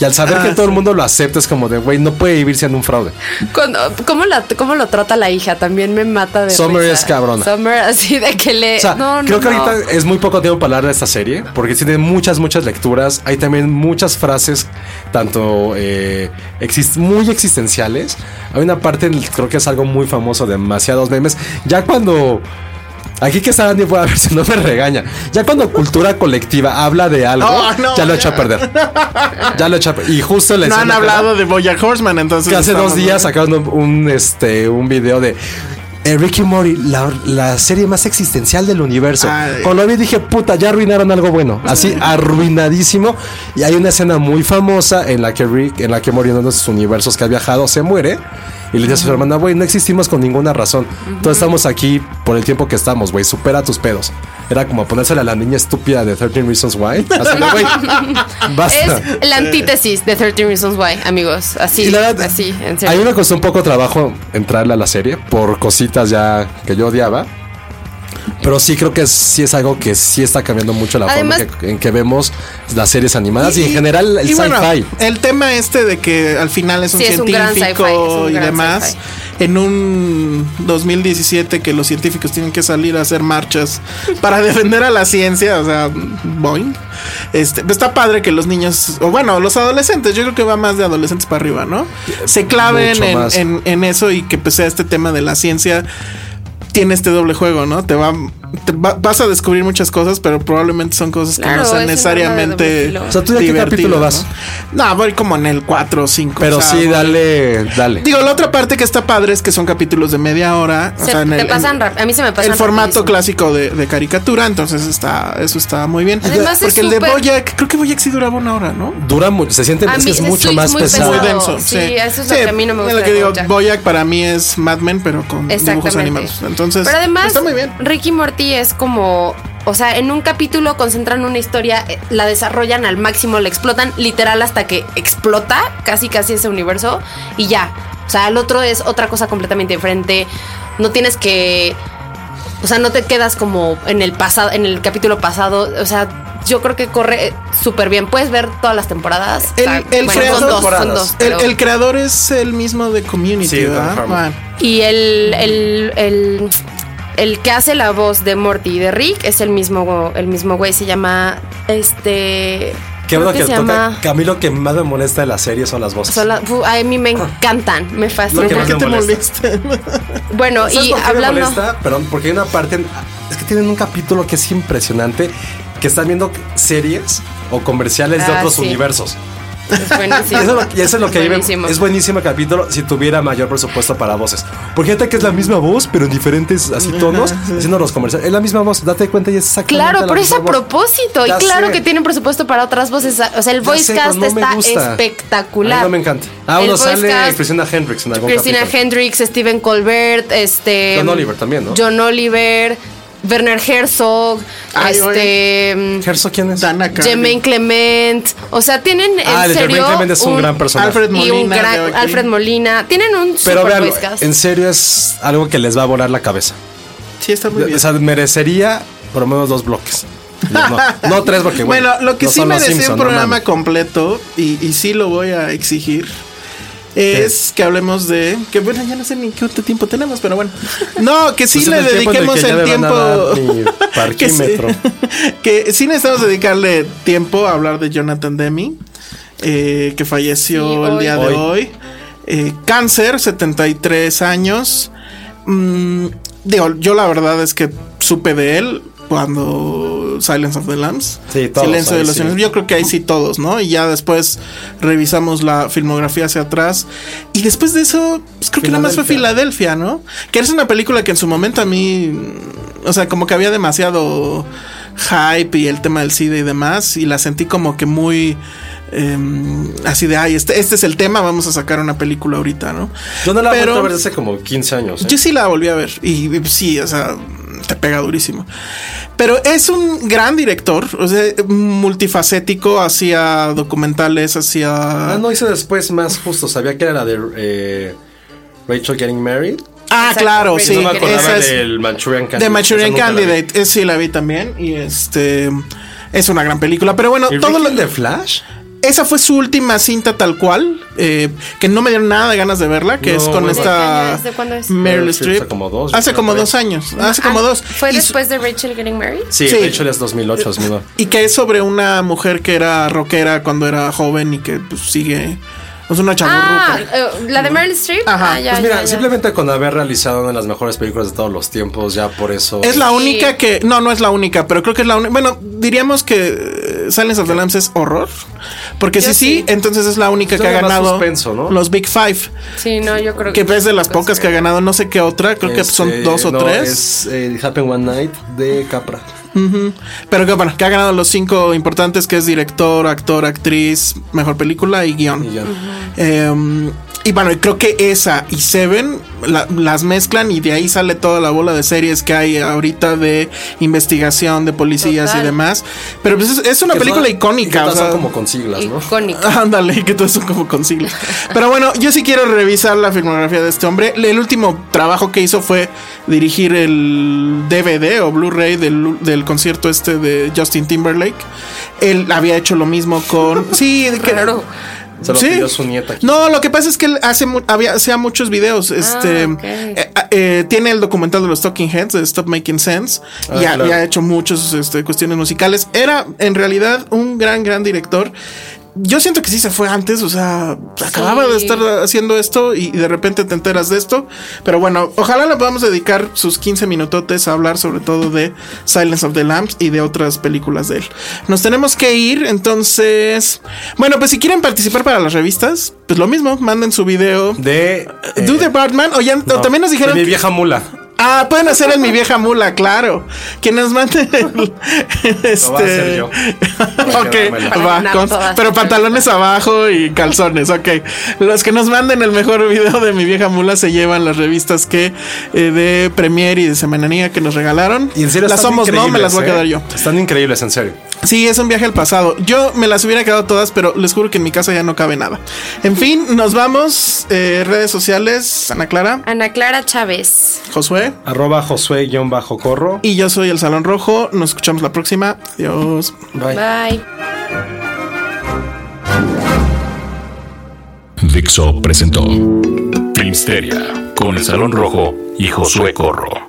Y al saber
Ah,
que todo el mundo lo acepta es como de, güey, no puede vivir siendo un fraude.
Cuando- ¿cómo, la, ¿Cómo lo trata la hija? También me mata de
Summer
risa.
es cabrona.
Summer así de que le...
O sea,
no, no,
creo que
no.
ahorita es muy poco tiempo para hablar de esta serie, porque tiene muchas, muchas lecturas. Hay también muchas frases, tanto eh, exist- muy existenciales. Hay una parte, en el- creo que es algo muy famoso, demasiados memes. Ya cuando. Aquí que está Andy, voy a ver si no me regaña. Ya cuando cultura colectiva habla de algo,
Oh, no,
ya lo
ya.
echa a perder. Ya lo echa a perder. Y justo la
No han
escena-
hablado de Boya Horseman, entonces.
que hace
estamos
dos días
bien.
sacaron un, un, este, un video de eh, Ricky Mori, la, la serie más existencial del universo.
Ay.
Cuando lo vi dije, puta, ya arruinaron algo bueno. Así, arruinadísimo. Y hay una escena muy famosa en la que Rick, en la que Mori, en uno de sus universos que ha viajado, se muere. Y le dice a su hermana, güey, no existimos con ninguna razón. Todos estamos aquí por el tiempo que estamos, güey. Supera tus pedos. Era como ponérsela a la niña estúpida de 13 Reasons Why. Así de,
<laughs>
güey, basta.
Es la antítesis de 13 Reasons Why, amigos. Así,
Y la verdad,
así, en
A mí
serio.
me costó un poco trabajo entrarle a la serie por cositas ya que yo odiaba. Pero sí creo que sí es algo que sí está cambiando mucho la
Además-
forma que- en que vemos las series animadas y, en general el
y
sci-fi.
bueno, el tema este de que al final es un
Sí, es un
científico
gran sci-fi, es un
y
gran
demás. En un 2017 que los científicos tienen que salir a hacer marchas para <laughs> defender a la ciencia, o sea, boing. Este, pues está padre que los niños, o bueno, los adolescentes, yo creo que va más de adolescentes para arriba, ¿no? Se claven
Eh, mucho
en,
más.
en- en eso y que pese a este tema de la ciencia tiene este doble juego, ¿no? Te va, te va- vas a descubrir muchas cosas, pero probablemente son cosas que
Claro,
no
es un
sean
arma de doble
necesariamente
filo. O
sea, ¿tú de qué capítulo vas?
¿no? No, voy como en el 4 o 5.
pero
o sea,
sí,
voy-
dale, dale.
Digo, la otra parte que está padre es que son capítulos de media hora. o
Se-
sea, en
te
el-
pasan
en-
rap- a mí se me pasan
El formato
rapidísimo.
clásico de, de caricatura, entonces está, eso está muy bien.
Además es
Porque el de
súper-
Boyac, creo que Boyac sí duraba una hora, ¿no?
Dura mucho, se siente
A
es
mí
que es
es
mucho
muy-
más
muy
pesado.
Muy
pesado.
denso.
Sí,
Sí,
eso es lo que a mí no me
es
gusta
Lo que
de
digo,
Bojack.
Boyac para mí es Mad Men, pero con dibujos
Exactamente.
animados. Entonces,
Pero además,
está muy bien.
Ricky Morty es como. O sea, en un capítulo concentran una historia, eh, la desarrollan al máximo, la explotan literal hasta que explota casi casi ese universo y ya. O sea, el otro es otra cosa completamente diferente. No tienes que. O sea, no te quedas como en el pasado, en el capítulo pasado. O sea, yo creo que corre eh, súper bien. Puedes ver todas las temporadas. O
El,
sea,
el
bueno,
creador,
son dos, son dos.
el-
pero-
el creador es el mismo de Community,
Sí, Don
¿verdad?
Harmon.
Ah,
Y el, el, el, el que hace la voz de Morty y de Rick es el mismo, el mismo güey, se llama este.
Qué
creo
bueno que,
se
toca.
llama-
que a mí lo que más me molesta de la serie son las voces.
son las- fu- a mí me encantan, me
Lo que
fascinan.
más
¿Qué te
me
molesta?
Bueno,
¿Sabes
y
por qué me
hablando.
molesta? Perdón, porque hay una parte. en- es que tienen un capítulo que es impresionante. Que están viendo series o comerciales de
Ah,
otros
sí.
universos.
<laughs> Es buenísimo.
Y eso, es lo- y eso es lo que a mí me-
buenísimo.
es buenísimo el capítulo si tuviera mayor presupuesto para voces. Porque fíjate que es la misma voz, pero en diferentes así tonos, haciendo los comerciales. Es la misma voz, date cuenta y es exactamente
Claro,
la
pero es
misma
a
voz.
propósito. Y
Ya
claro
sé.
que tienen presupuesto para otras voces. O sea, el
Ya
voice
sé, pero
cast
no me
está
gusta.
espectacular.
A mí no me encanta. Ah,
El
uno
voice
sale
cast-
Cristina Hendricks en algún
Christina
capítulo.
Hendricks, Steven Colbert, este.
John Oliver también, ¿no?
John Oliver, Werner Herzog,
Ay,
este.
¿Herzog quién es?
Dana Carvey.
Jemaine Clement. O sea, tienen en
Ah, el de
serio.
Jermaine Clement es un gran personaje.
Alfred
y un
Molina,
gran-
veo aquí.
Alfred Molina. Tienen un
Pero
super
vean,
voice cast.
en serio es algo que les va a volar la cabeza.
Sí, está muy bien.
O sea, merecería por lo menos dos bloques. No, no, no tres porque
Bueno,
güey,
lo que
no
sí
son los
merecía
Simpson,
un
no
programa
mames.
completo y, y sí lo voy a exigir es que hablemos de. Que bueno, ya no sé ni qué otro tiempo tenemos, pero bueno. No, que sí
Pues en
le
el tiempo en el
dediquemos
que ya
el
me van
tiempo.
a dar mi
<laughs> que, sí,
parquímetro.
que sí <laughs> necesitamos dedicarle tiempo a hablar de Jonathan Demi, eh, que falleció
Sí,
el
hoy.
día
Hoy.
de hoy. Eh, cáncer, 73 años. Mm, digo, yo la verdad es que supe de él cuando Silence of the Lambs.
Sí, todos,
Silencio de
ahí
los
sí.
Inocentes. Yo creo que ahí sí todos, ¿no? Y ya después revisamos la filmografía hacia atrás. Y después de eso, pues creo que nada más fue Filadelfia, ¿no? Que es una película que en su momento a mí. mm, O sea, como que había demasiado hype y el tema del SIDA y demás. Y la sentí como que muy. em, así de, ay, este, este es el tema, vamos a sacar una película ahorita, ¿no?
Yo no la he
Pero-
vuelto a ver desde hace como 15 años. ¿eh?
yo sí la volví a ver y, y sí, o sea, te pega durísimo. Pero es un gran director, o sea, multifacético, hacía documentales, hacía...
Ah, no hice después más justo. Sabía que era la de eh, Rachel Getting Married.
Ah,
Exacto,
claro,
Pretty
sí.
no me
Little
acordaba
esa es-
del Manchurian Candidate.
de Manchurian
o sea, nunca la vi.
Candidate, eh, sí la vi también y este... Es una gran película, pero bueno,
¿Y
todo
Ricky
lo...
el de Flash?
Esa fue su última cinta tal cual, eh, que no me dieron nada de ganas de verla, que
No,
es con
bueno.
esta
¿Desde cuándo es?
Meryl
Meryl Streep,
Streep.
hace como dos, yo
Hace
creo,
como
por ahí.
dos años. Hace como
Ah,
dos.
¿Fue
Y su-
después de Rachel Getting Married?
Sí,
Sí.
Rachel es 2008, 2009.
Y que es sobre una mujer que era rockera cuando era joven y que pues, sigue. Es una
Ah,
chaburruca.
eh, la de Meryl Streep.
Ajá.
Ah, ya,
Pues mira,
ya, ya.
simplemente con haber realizado una de las mejores películas de todos los tiempos, ya por eso.
es la
sí.
única que. No, no es la única, pero creo que es la única. Bueno, diríamos que eh, Silence of the Lambs es horror. Porque
Yo
si sí,
sí.
entonces es la única
Es
que ha
la más
ganado
suspenso, ¿no?
los Big Five.
Sí, no, yo creo
Que es de las pocas que ha ganado, no sé qué otra, creo que
Este,
son dos o
no,
tres.
Es eh, Happen One Night de Capra.
Pero que bueno, que ha ganado los cinco importantes, que es director, actor, actriz, mejor película y guión.
Y ya.
Eh, y bueno, creo que esa y Seven la- las mezclan y de ahí sale toda la bola de series que hay ahorita de investigación, de policías
Total.
y demás. Pero pues es, es una
Que
película
son- que
icónica. o
todas
sea,
son como con siglas, ¿no?
<laughs>
Icónica.
Ándale, que todos son como con siglas. Pero bueno, yo sí quiero revisar la filmografía de este hombre. El último trabajo que hizo fue dirigir el DVD o Blu-ray del, del concierto este de Justin Timberlake. Él había hecho lo mismo
<laughs>
con. Sí, de que-
Raro.
Se lo pidió su nieta.
No, lo que pasa es que él hace, mu- había, hacía muchos videos. Este
ok.
eh, ah, eh, tiene el documental de los Talking Heads, de Stop Making Sense,
Ah,
y, ha,
claro.
y ha hecho muchas este, cuestiones musicales. Era en realidad un gran, gran director. Yo siento que sí se fue antes, o sea, acababa de estar haciendo esto y, y de repente te enteras de esto. Pero bueno, ojalá le podamos dedicar sus 15 minutotes a hablar sobre todo de Silence of the Lambs y de otras películas de él. Nos tenemos que ir, entonces. Bueno, pues si quieren participar para las revistas, pues lo mismo, manden su video.
De. eh,
Do the Batman, o, ya, o
no,
también nos dijeron.
de Mi
que-
vieja mula.
Ah, pueden hacer el mi vieja mula, claro. Que nos manden el- <laughs> este.
Lo voy a hacer yo. Para
ok,
quedármela.
va,
Para
con-
todas.
pero pantalones abajo y calzones, ok. Los que nos manden el mejor video de mi vieja mula se llevan las revistas que eh, de Premier y de Semananía que nos regalaron.
Y en serio,
las
están
somos, no, me las voy a
increíbles,
quedar
¿eh?
yo.
Están increíbles, en serio.
Sí, es un viaje al pasado. Yo me las hubiera quedado todas, pero les juro que en mi casa ya no cabe nada. En fin, nos vamos. Eh, redes sociales, Ana Clara,
Ana Clara Chávez.
Josué.
Arroba Josué-Corro.
Y yo soy el Salón Rojo. Nos escuchamos la próxima. Adiós.
Bye.
Dixo presentó Filmsteria con el Salón Rojo y Josué Corro.